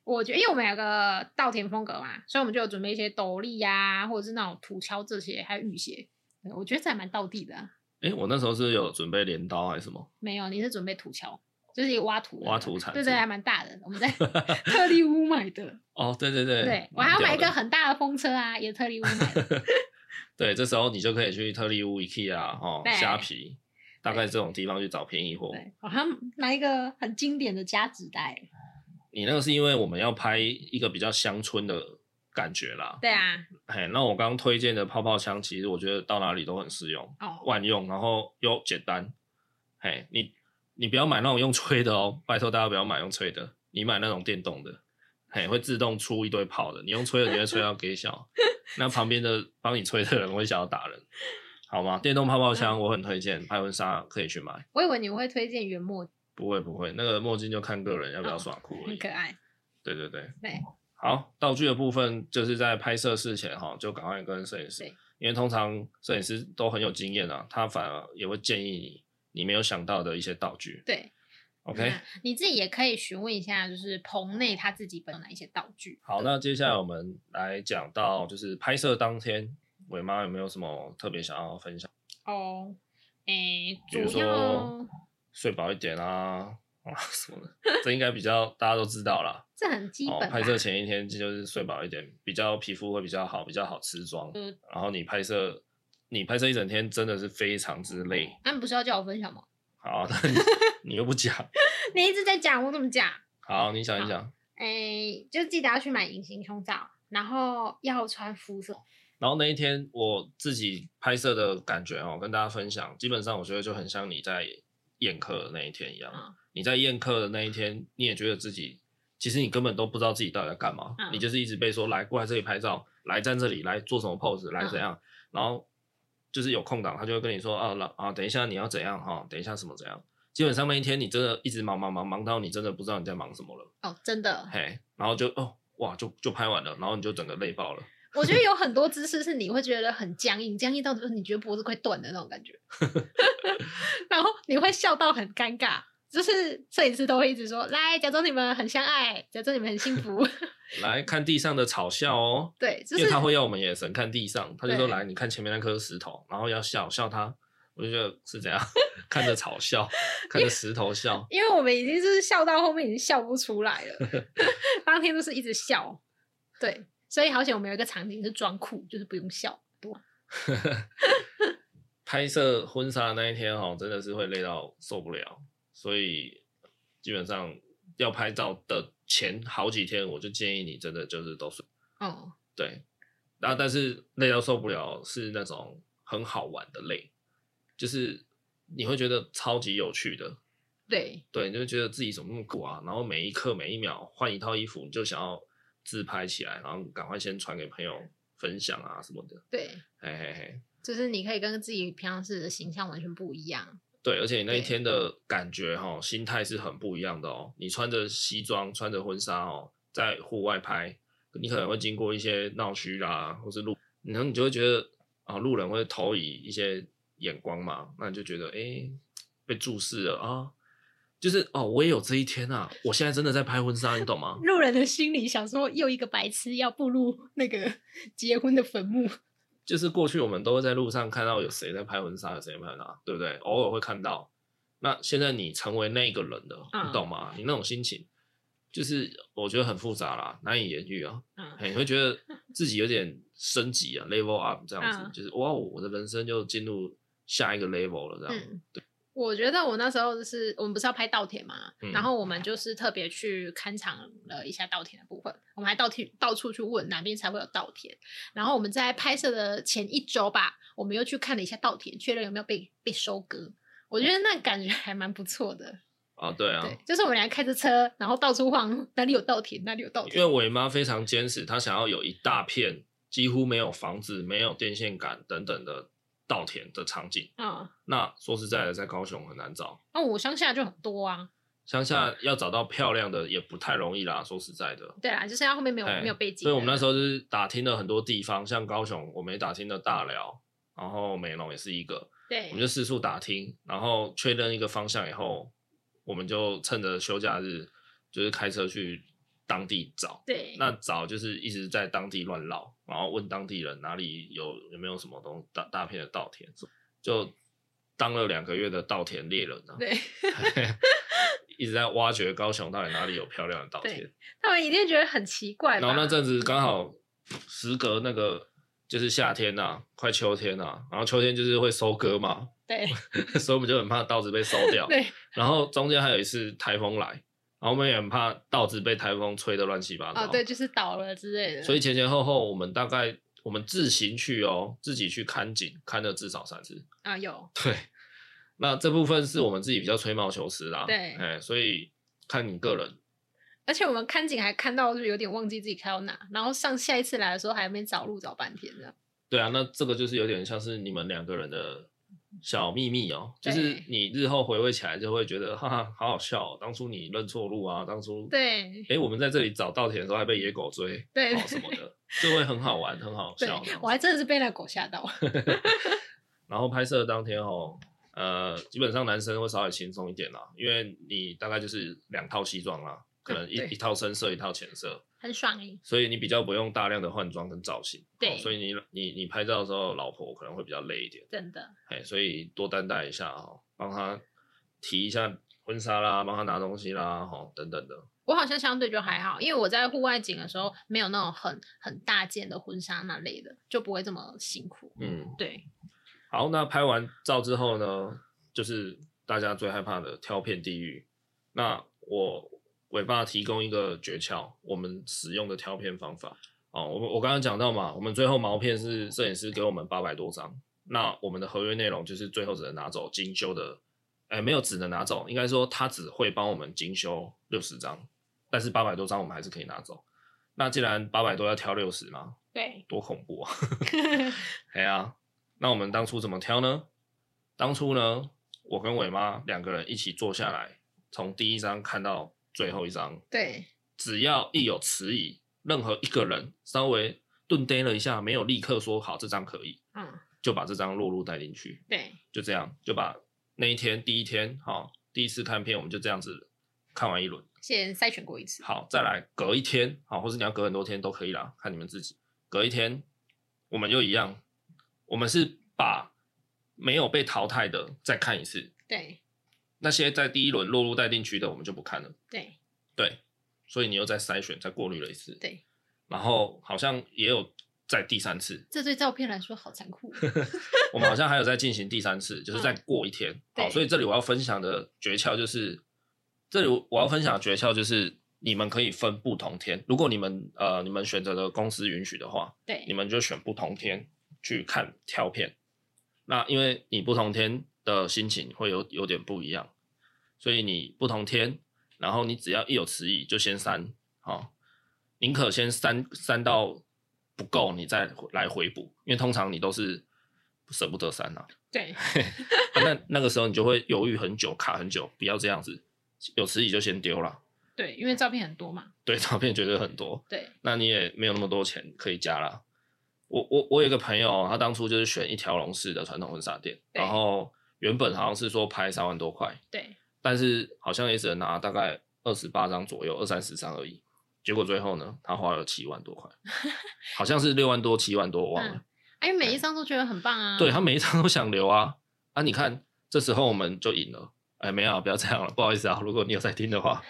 Speaker 2: 我觉得因为我们有个稻田风格嘛，所以我们就有准备一些斗笠呀、或者是那种土橇这些，还有雨鞋。对我觉得这还蛮道地的啊、
Speaker 1: 哎、我那时候是有准备镰刀还是什么？
Speaker 2: 没有，你是准备土橇，就是一个挖土的
Speaker 1: 挖土铲
Speaker 2: 对
Speaker 1: 子
Speaker 2: 对，还蛮大的。我们在特力屋买的，
Speaker 1: 哦，对对对，
Speaker 2: 对我
Speaker 1: 蛮
Speaker 2: 还要
Speaker 1: 屌
Speaker 2: 买一
Speaker 1: 的
Speaker 2: 个很大的风车啊，也特力屋买的。
Speaker 1: 对，这时候你就可以去特力屋、IKEA 哦、
Speaker 2: 对
Speaker 1: 虾皮、大概这种地方去找便宜货。
Speaker 2: 对，好像拿一个很经典的夹纸袋。
Speaker 1: 你那个是因为我们要拍一个比较乡村的感觉啦。
Speaker 2: 对啊，
Speaker 1: 嘿，那我刚刚推荐的泡泡枪，其实我觉得到哪里都很适用，
Speaker 2: 哦，
Speaker 1: 万用，然后又简单。嘿，你你不要买那种用吹的哦， [LAUGHS] 拜托大家不要买用吹的，你买那种电动的，嘿，会自动出一堆泡的。你用吹的，你会吹到给小，那旁边的帮你吹的人会想要打人，好吗？电动泡泡枪我很推荐，拍婚纱可以去买。
Speaker 2: 我以为你会推荐原墨，
Speaker 1: 不会不会，那个墨镜就看个人要不要耍酷而
Speaker 2: 很 [LAUGHS]
Speaker 1: 已。
Speaker 2: 可爱。
Speaker 1: 对对对，
Speaker 2: 对，
Speaker 1: 好，道具的部分就是在拍摄事前哈，就赶快跟摄影师
Speaker 2: 对，
Speaker 1: 因为通常摄影师都很有经验啊，他反而也会建议你你没有想到的一些道具。
Speaker 2: 对
Speaker 1: OK，
Speaker 2: 那你自己也可以询问一下，就是棚内他自己本有哪一些道具。
Speaker 1: 好，那接下来我们来讲到就是拍摄当天，伟妈有没有什么特别想要分享？
Speaker 2: 哦，诶，
Speaker 1: 比如
Speaker 2: 主要
Speaker 1: 说睡饱一点啊。 [LAUGHS] 啊什么的，这应该比较大家都知道啦。
Speaker 2: 这很基
Speaker 1: 哦
Speaker 2: 本、，啊
Speaker 1: 拍摄，前一天就是睡饱一点，比较皮肤会比较好，比较好吃妆。
Speaker 2: 嗯
Speaker 1: 然后你拍摄，你拍摄一整天真的是非常之累。
Speaker 2: 那、你不是要叫我分享吗？
Speaker 1: 好，那你你又不讲，
Speaker 2: 你一直在讲，我怎么讲？
Speaker 1: 好，你想一想。
Speaker 2: 诶，就记得要去买隐形胸罩，然后要穿肤色。
Speaker 1: 然后那一天我自己拍摄的感觉哦，跟大家分享，基本上我觉得就很像你在宴客的那一天一样。
Speaker 2: 嗯
Speaker 1: 你在宴客的那一天，你也觉得自己其实你根本都不知道自己到底在干嘛，
Speaker 2: 嗯
Speaker 1: 你就是一直被说来过来这里拍照，来站这里，来做什么 pose，来
Speaker 2: 嗯
Speaker 1: 怎样，然后就是有空档他就会跟你说啊，老啊，等一下你要怎样哈、等一下什么怎样。基本上那一天你真的一直忙忙忙忙到你真的不知道你在忙什么了，
Speaker 2: 哦，真的，
Speaker 1: 嘿，然后就哦哇就就拍完了，然后你就整个累爆了。
Speaker 2: 我觉得有很多姿势是你会觉得很僵硬，僵硬到你觉得脖子快断的那种
Speaker 1: [LAUGHS]
Speaker 2: 感觉，然后你会笑到很尴尬。就是摄影师都会一直说：“来，假装你们很相爱，假装你们很幸
Speaker 1: [LAUGHS]
Speaker 2: 福。
Speaker 1: 来看地上的草笑哦”，
Speaker 2: 对，就
Speaker 1: 因
Speaker 2: 是
Speaker 1: 为他会要我们眼神看地上，他就说
Speaker 2: 对
Speaker 1: 来你看前面那颗石头，然后要笑笑他，我就觉得是怎样，看着草笑，看着石头笑，
Speaker 2: 因为我们已经就是笑到后面已经笑不出
Speaker 1: [LAUGHS]
Speaker 2: 来了，当天都是一直笑。对，所以好险我们有一个场景是装酷，就是不用笑。
Speaker 1: 拍摄婚纱的那一天哈、真的是会累到受不了，所以基本上要拍照的前好几天，我就建议你真的就是都睡，
Speaker 2: 哦，
Speaker 1: 对，那但是累到受不了是那种很好玩的累，就是你会觉得超级有趣的，
Speaker 2: 对，
Speaker 1: 对，你就觉得自己怎么那么酷啊，然后每一刻每一秒换一套衣服，你就想要自拍起来，然后赶快先传给朋友分享啊什么的，
Speaker 2: 对，
Speaker 1: 嘿嘿嘿，
Speaker 2: 就是你可以跟自己平常时的形象完全不一样。
Speaker 1: 对，而且你那一
Speaker 2: 对
Speaker 1: 天的感觉哈、心态是很不一样的哦。你穿着西装，穿着婚纱哦，在户外拍，你可能会经过一些闹区啦，或是路，然后你就会觉得啊，路人会投以一些眼光嘛，那你就觉得诶被注视了啊。就是哦，我也有这一天啊！我现在真的在拍婚纱，你懂吗？
Speaker 2: 路人的心里想说，又一个白痴要步入那个结婚的坟墓。
Speaker 1: 就是过去我们都会在路上看到有谁在拍婚纱，有谁在拍婚纱，对不对？偶尔会看到。那现在你成为那个人了，
Speaker 2: 嗯
Speaker 1: 你懂吗？你那种心情，就是我觉得很复杂啦，难以言喻啊。
Speaker 2: 嗯，
Speaker 1: 嘿你会觉得自己有点升级啊，level up 这样子，
Speaker 2: 嗯
Speaker 1: 就是哇，哦我的人生就进入下一个 level 了，这样。
Speaker 2: 嗯我觉得我那时候就是我们不是要拍稻田嘛，
Speaker 1: 嗯
Speaker 2: 然后我们就是特别去勘场了一下稻田的部分，我们还到处到处去问哪边才会有稻田。然后我们在拍摄的前一周吧，我们又去看了一下稻田，确认有没有被被收割。我觉得那感觉还蛮不错的，
Speaker 1: 啊，对啊，
Speaker 2: 对，就是我们俩开着车，然后到处晃，哪里有稻田，哪里有稻
Speaker 1: 因为
Speaker 2: 田，
Speaker 1: 伟妈非常坚持，她想要有一大片几乎没有房子、没有电线杆等等的稻田的场景。
Speaker 2: 嗯，
Speaker 1: 那说实在的，在高雄很难找。
Speaker 2: 那、我乡下就很多啊，
Speaker 1: 乡下要找到漂亮的也不太容易啦，说实在的。
Speaker 2: 对啊啦，就是要后面没有
Speaker 1: 哎
Speaker 2: 没有背景
Speaker 1: 所
Speaker 2: 的。
Speaker 1: 以我们那时候就是打听了很多地方，像高雄，我们也打听了大寮，然后美浓也是一个，
Speaker 2: 对
Speaker 1: 我们就四处打听，然后确认一个方向以后，我们就趁着休假日，就是开车去当地找。
Speaker 2: 对
Speaker 1: 那找就是一直在当地乱绕，然后问当地人哪里有有没有什么东大大片的稻田，就当了两个月的稻田猎人啊。
Speaker 2: 对
Speaker 1: 一直在挖掘高雄到底哪里有漂亮的稻田
Speaker 2: 对。他们一定觉得很奇怪
Speaker 1: 然
Speaker 2: 吧。
Speaker 1: 后那阵子刚好时隔那个就是夏天呐、快秋天呐、然后秋天就是会收割嘛， [LAUGHS]
Speaker 2: 对
Speaker 1: 所以我们就很怕稻子被收掉。
Speaker 2: 对，
Speaker 1: 然后中间还有一次台风来，然后我们也很怕稻子被台风吹得乱七八糟。
Speaker 2: 哦对，就是倒了之类的。
Speaker 1: 所以前前后后我们大概我们自行去哦，自己去看景，看了至少三次。 [LAUGHS]
Speaker 2: 啊有
Speaker 1: 对，那这部分是我们自己比较吹毛求疵啦。
Speaker 2: 对
Speaker 1: 哎，所以看你个人。
Speaker 2: 而且我们看景还看到，就是有点忘记自己开到哪，然后上下一次来的时候还没找路找半天这样。
Speaker 1: 对啊，那这个就是有点像是你们两个人的小秘密哦，就是
Speaker 2: 对
Speaker 1: 你日后回味起来就会觉得，哈哈，好好笑、哦，当初你认错路啊，当初，
Speaker 2: 对
Speaker 1: 哎，我们在这里找稻田的时候还被野狗追，
Speaker 2: [LAUGHS] 对
Speaker 1: 哦什么的，就会很好玩，很好
Speaker 2: 对
Speaker 1: 笑这样，子。
Speaker 2: 我还真的是被那狗吓到。 [LAUGHS]
Speaker 1: 然后拍摄当天哦，呃，基本上男生会稍微轻松一点啦，因为你大概就是两套西装啦，可能一
Speaker 2: 对
Speaker 1: 一套深色，一套浅色，
Speaker 2: 很爽欸诶，
Speaker 1: 所以你比较不用大量的换装跟造型。
Speaker 2: 对
Speaker 1: 哦所以你你你拍照的时候，老婆可能会比较累一点，
Speaker 2: 真的。
Speaker 1: 哎，所以多担待一下哦，帮她提一下婚纱啦，帮她拿东西啦，哦，等等的。
Speaker 2: 我好像相对就还好，因为我在户外景的时候没有那种很很大件的婚纱那类的，就不会这么辛苦。
Speaker 1: 嗯，
Speaker 2: 对，
Speaker 1: 好，那拍完照之后呢，就是大家最害怕的挑片地狱。那我尾巴提供一个诀窍，我们使用的挑片方法。哦，我们我刚刚讲到嘛，我们最后毛片是摄影师给我们八百多张，那我们的合约内容就是最后只能拿走精修的，哎，没有只能拿走，应该说他只会帮我们精修六十张，但是八百多张我们还是可以拿走。那既然八百多要挑六十嘛，
Speaker 2: 对，
Speaker 1: 多恐怖啊！哎呀，那我们当初怎么挑呢？当初呢，我跟伟妈两个人一起坐下来，从第一张看到最后一张，
Speaker 2: 对，
Speaker 1: 只要一有迟疑，任何一个人稍微顿呆了一下，没有立刻说好这张可以，
Speaker 2: 嗯，
Speaker 1: 就把这张落入带进去，
Speaker 2: 对，
Speaker 1: 就这样就把那一天第一天好、第一次看片，我们就这样子看完一轮。
Speaker 2: 先筛选过一次。
Speaker 1: 好，再来隔一天，好，或是你要隔很多天都可以啦，看你们自己。隔一天，我们又一样，我们是把没有被淘汰的再看一次，
Speaker 2: 对，
Speaker 1: 那些在第一轮落入待定区的我们就不看了。
Speaker 2: 对，
Speaker 1: 对，所以你又再筛选、再过滤了一次。
Speaker 2: 对，
Speaker 1: 然后好像也有在第三次，
Speaker 2: 这对照片来说好残酷。哦 [LAUGHS]
Speaker 1: 我们好像还有在进行第三次，就是再
Speaker 2: 嗯
Speaker 1: 过一天。好，
Speaker 2: 对
Speaker 1: 所以这里我要分享的诀窍就是，这里我我要分享的诀窍就是，你们可以分不同天。如果你们呃你们选择的公司允许的话，你
Speaker 2: 对，
Speaker 1: 们就选不同天去看挑片。那因为你不同天的心情会有有点不一样，所以你不同天，然后你只要一有迟疑就先删，好、宁可先删删到不够，你再来回补，因为通常你都是舍不得删啊。
Speaker 2: 对，
Speaker 1: 啊那那个时候你就会犹豫很久，卡很久，不要这样子，有迟疑就先丢了。
Speaker 2: 对，因为照片很多嘛。
Speaker 1: 对，照片绝对很多，
Speaker 2: 对，
Speaker 1: 那你也没有那么多钱可以加啦。我我我有一个朋友，哦他当初就是选一条龙式的传统婚纱店，
Speaker 2: 对
Speaker 1: 然后原本好像是说拍三万多块，
Speaker 2: 对，
Speaker 1: 但是好像也只能拿大概二十八张左右，二三十张而已。结果最后呢，他花了七万多块，好像是六万多、七万多，我忘了。
Speaker 2: 哎，每一张都觉得很棒啊。
Speaker 1: 对他每一张都想留啊啊！你看，这时候我们就赢了。哎，没有啊，不要这样了，不好意思啊。如果你有在听的话，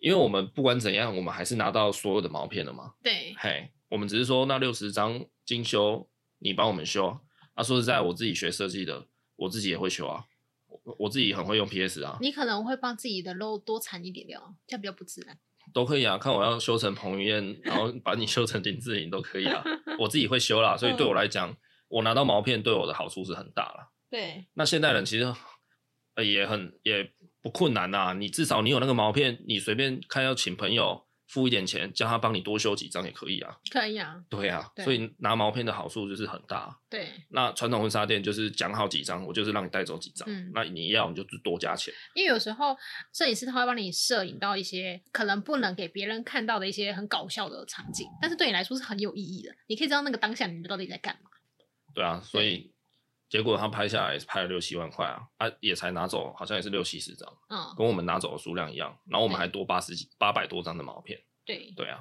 Speaker 1: 因为我们不管怎样，我们还是拿到所有的毛片了嘛。
Speaker 2: [LAUGHS] 对，
Speaker 1: 嘿，我们只是说那六十张精修，你帮我们修。啊，说实
Speaker 2: 嗯
Speaker 1: 在，我自己学设计的，我自己也会修啊，我我自己很会用 PS 啊，
Speaker 2: 你可能会帮自己的肉多缠一点料，这样比较不自然。
Speaker 1: 都可以啊。看我要修成彭于晏，然后把你修成林志颖都可以
Speaker 2: [LAUGHS]
Speaker 1: 啊，我自己会修啦。所以对
Speaker 2: 嗯
Speaker 1: 我来讲，我拿到毛片对我的好处是很大啦。
Speaker 2: 对，
Speaker 1: 那现
Speaker 2: 嗯
Speaker 1: 代人其实呃也很也不困难呐、你至少你有那个毛片，你随便看要请朋友付一点钱，叫他帮你多修几张也可以啊。
Speaker 2: 可以啊。
Speaker 1: 对啊，
Speaker 2: 对
Speaker 1: 所以拿毛片的好处就是很大。啊
Speaker 2: 对，
Speaker 1: 那传统婚纱店就是讲好几张，我就是让你带走几张，
Speaker 2: 嗯
Speaker 1: 那你要你就多加钱。
Speaker 2: 因为有时候摄影师他会帮你摄影到一些可能不能给别人看到的一些很搞笑的场景，但是对你来说是很有意义的。你可以知道那个当下你们到底在干嘛。
Speaker 1: 对啊，所以结果他拍下来也是拍了六七万块啊，啊也才拿走好像也是六七十张，
Speaker 2: 嗯，
Speaker 1: 跟我们拿走的数量一样，然后我们
Speaker 2: 对
Speaker 1: 还多八十几八百多张的毛片。
Speaker 2: 对，
Speaker 1: 对啊，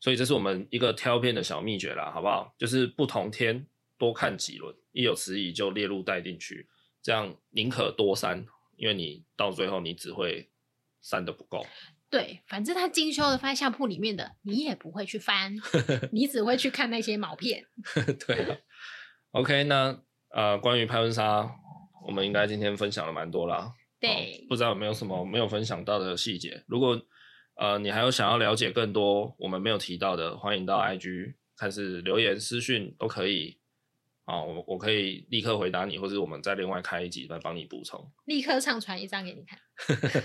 Speaker 1: 所以这是我们一个挑片的小秘诀啦，好不好？就是不同天多看几轮，一有迟疑就列入待定区，这样宁可多删，因为你到最后你只会删的不够。 [LAUGHS]
Speaker 2: 对，反正他精修的翻相簿里面的，你也不会去翻，
Speaker 1: [LAUGHS]
Speaker 2: 你只会去看那些毛
Speaker 1: 哦
Speaker 2: 片。
Speaker 1: 对啊。OK，那呃，关于拍婚纱，我们应该今天分享了蛮多啦。
Speaker 2: 对
Speaker 1: 哦，不知道有没有什么没有分享到的细节？如果呃你还有想要了解更多我们没有提到的，欢迎到 IG 还是留言私讯都可以。啊，我我可以立刻回答你，或者我们再另外开一集来帮你补充。
Speaker 2: 立刻上传一张给你看。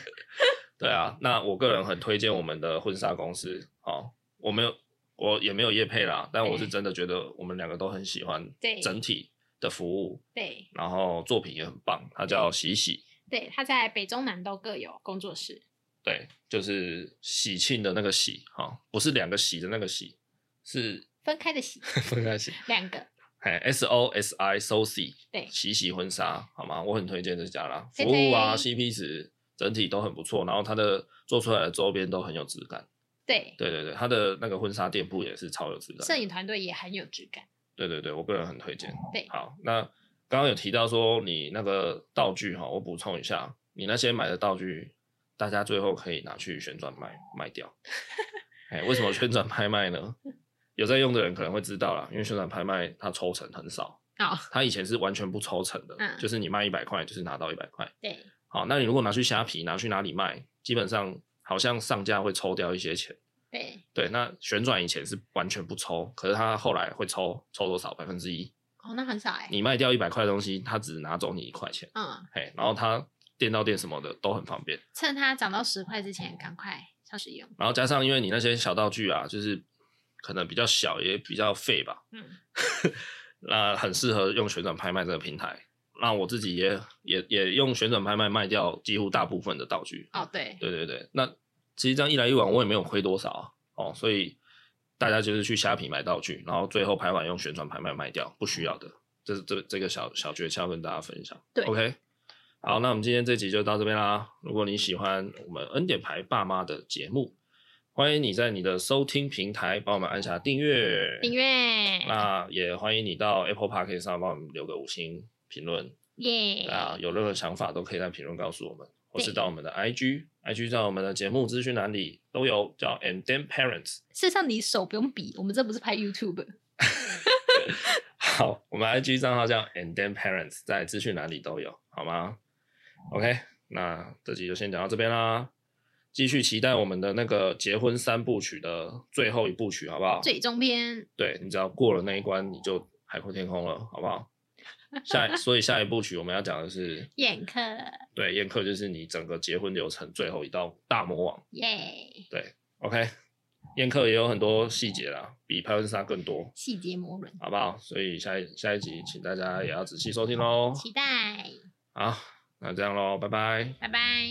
Speaker 1: 对啊，那我个人很推荐我们的婚纱公司。哦，我没有，我也没有业配啦，但我是
Speaker 2: 对
Speaker 1: 真的觉得我们两个都很喜欢
Speaker 2: 对
Speaker 1: 整体的服务，
Speaker 2: 对
Speaker 1: 然后作品也很棒，它叫喜喜。
Speaker 2: 对，他在北中南都各有工作室。
Speaker 1: 对，就是喜庆的那个喜，哈、不是两个喜的那个喜，是
Speaker 2: 分开
Speaker 1: [LAUGHS]
Speaker 2: 的洗
Speaker 1: 分开喜，
Speaker 2: 两个，
Speaker 1: 哎，S O S I S O C，
Speaker 2: 对
Speaker 1: 喜喜婚纱，好吗？我很推荐这家啦，服
Speaker 2: 嘿
Speaker 1: 务啊
Speaker 2: 嘿
Speaker 1: ，CP 值整体都很不错，然后它的做出来的周边都很有质感，
Speaker 2: 对，
Speaker 1: 对对对，它的那个婚纱店铺也是超有质
Speaker 2: 摄
Speaker 1: 感，
Speaker 2: 影团队也很有质感。
Speaker 1: 对对对，我个人很推荐。
Speaker 2: 对，
Speaker 1: 好，那刚刚有提到说你那个道具哈、我补充一下，你那些买的道具，大家最后可以拿去旋转卖卖
Speaker 2: [LAUGHS]
Speaker 1: 掉。哎、为什么旋转拍卖呢？有在用的人可能会知道啦，因为旋转拍卖它抽成很少，
Speaker 2: 哦，
Speaker 1: 它以前是完全不抽成的，
Speaker 2: 嗯
Speaker 1: 就是你卖一百块就是拿到一百块。
Speaker 2: 对
Speaker 1: 好，那你如果拿去虾皮拿去哪里卖，基本上好像上架会抽掉一些钱。
Speaker 2: 对，
Speaker 1: 对，那旋转以前是完全不抽，可是它后来会抽，抽多少？百分之一。
Speaker 2: 哦，那很少哎、
Speaker 1: 你卖掉一百块的东西，他只拿走你一块钱，
Speaker 2: 嗯，
Speaker 1: 嘿，然后他店到店什么的都很方便，
Speaker 2: 趁它涨到十块之前，赶快上使用。
Speaker 1: 然后加上因为你那些小道具啊，就是可能比较小也比较费吧，
Speaker 2: 嗯，
Speaker 1: [LAUGHS] 那很适合用旋转拍卖这个平台。那我自己也也也用旋转拍卖卖掉几乎大部分的道具，
Speaker 2: 哦，对，
Speaker 1: 对对对，那其实这样一来一往我也没有亏多少啊哦，所以大家就是去虾皮买道具，然后最后拍完用旋转拍卖卖掉，不需要的，这是这这个小小诀窍跟大家分享。
Speaker 2: 对
Speaker 1: ，OK，好，那我们今天这集就到这边啦。如果你喜欢我们恩典牌爸妈的节目，欢迎你在你的收听平台帮我们按下订阅，
Speaker 2: 订阅，
Speaker 1: 那也欢迎你到 Apple Park 上帮我们留个五星评论。
Speaker 2: 耶，
Speaker 1: 啊，有任何想法都可以在评论告诉我们，或是
Speaker 2: 对
Speaker 1: 到我们的 IG，IG 在我们的节目资讯栏里都有叫 And Then Parents。
Speaker 2: 事实上你手不用比，我们这不是拍 YouTube。
Speaker 1: 好，我们 IG 账号叫 And Then Parents，在资讯栏里都有，好吗？OK，那这集就先讲到这边啦，继续期待我们的那个结婚三部曲的最后一部曲，好不好？
Speaker 2: 最终篇，
Speaker 1: 对你只要过了那一关，你就海阔天空了，好不好？下一，所以下一部曲我们要讲的是，
Speaker 2: 宴客，
Speaker 1: 对宴客就是你整个结婚流程最后一道大魔王。
Speaker 2: 耶，
Speaker 1: OK，宴客也有很多细节啦，比拍婚纱更多，
Speaker 2: 细节魔人，
Speaker 1: 好不好？所以下一下一集，请大家也要仔细收听喽。
Speaker 2: 期待，
Speaker 1: 好，那这样喽，拜拜。
Speaker 2: 拜拜。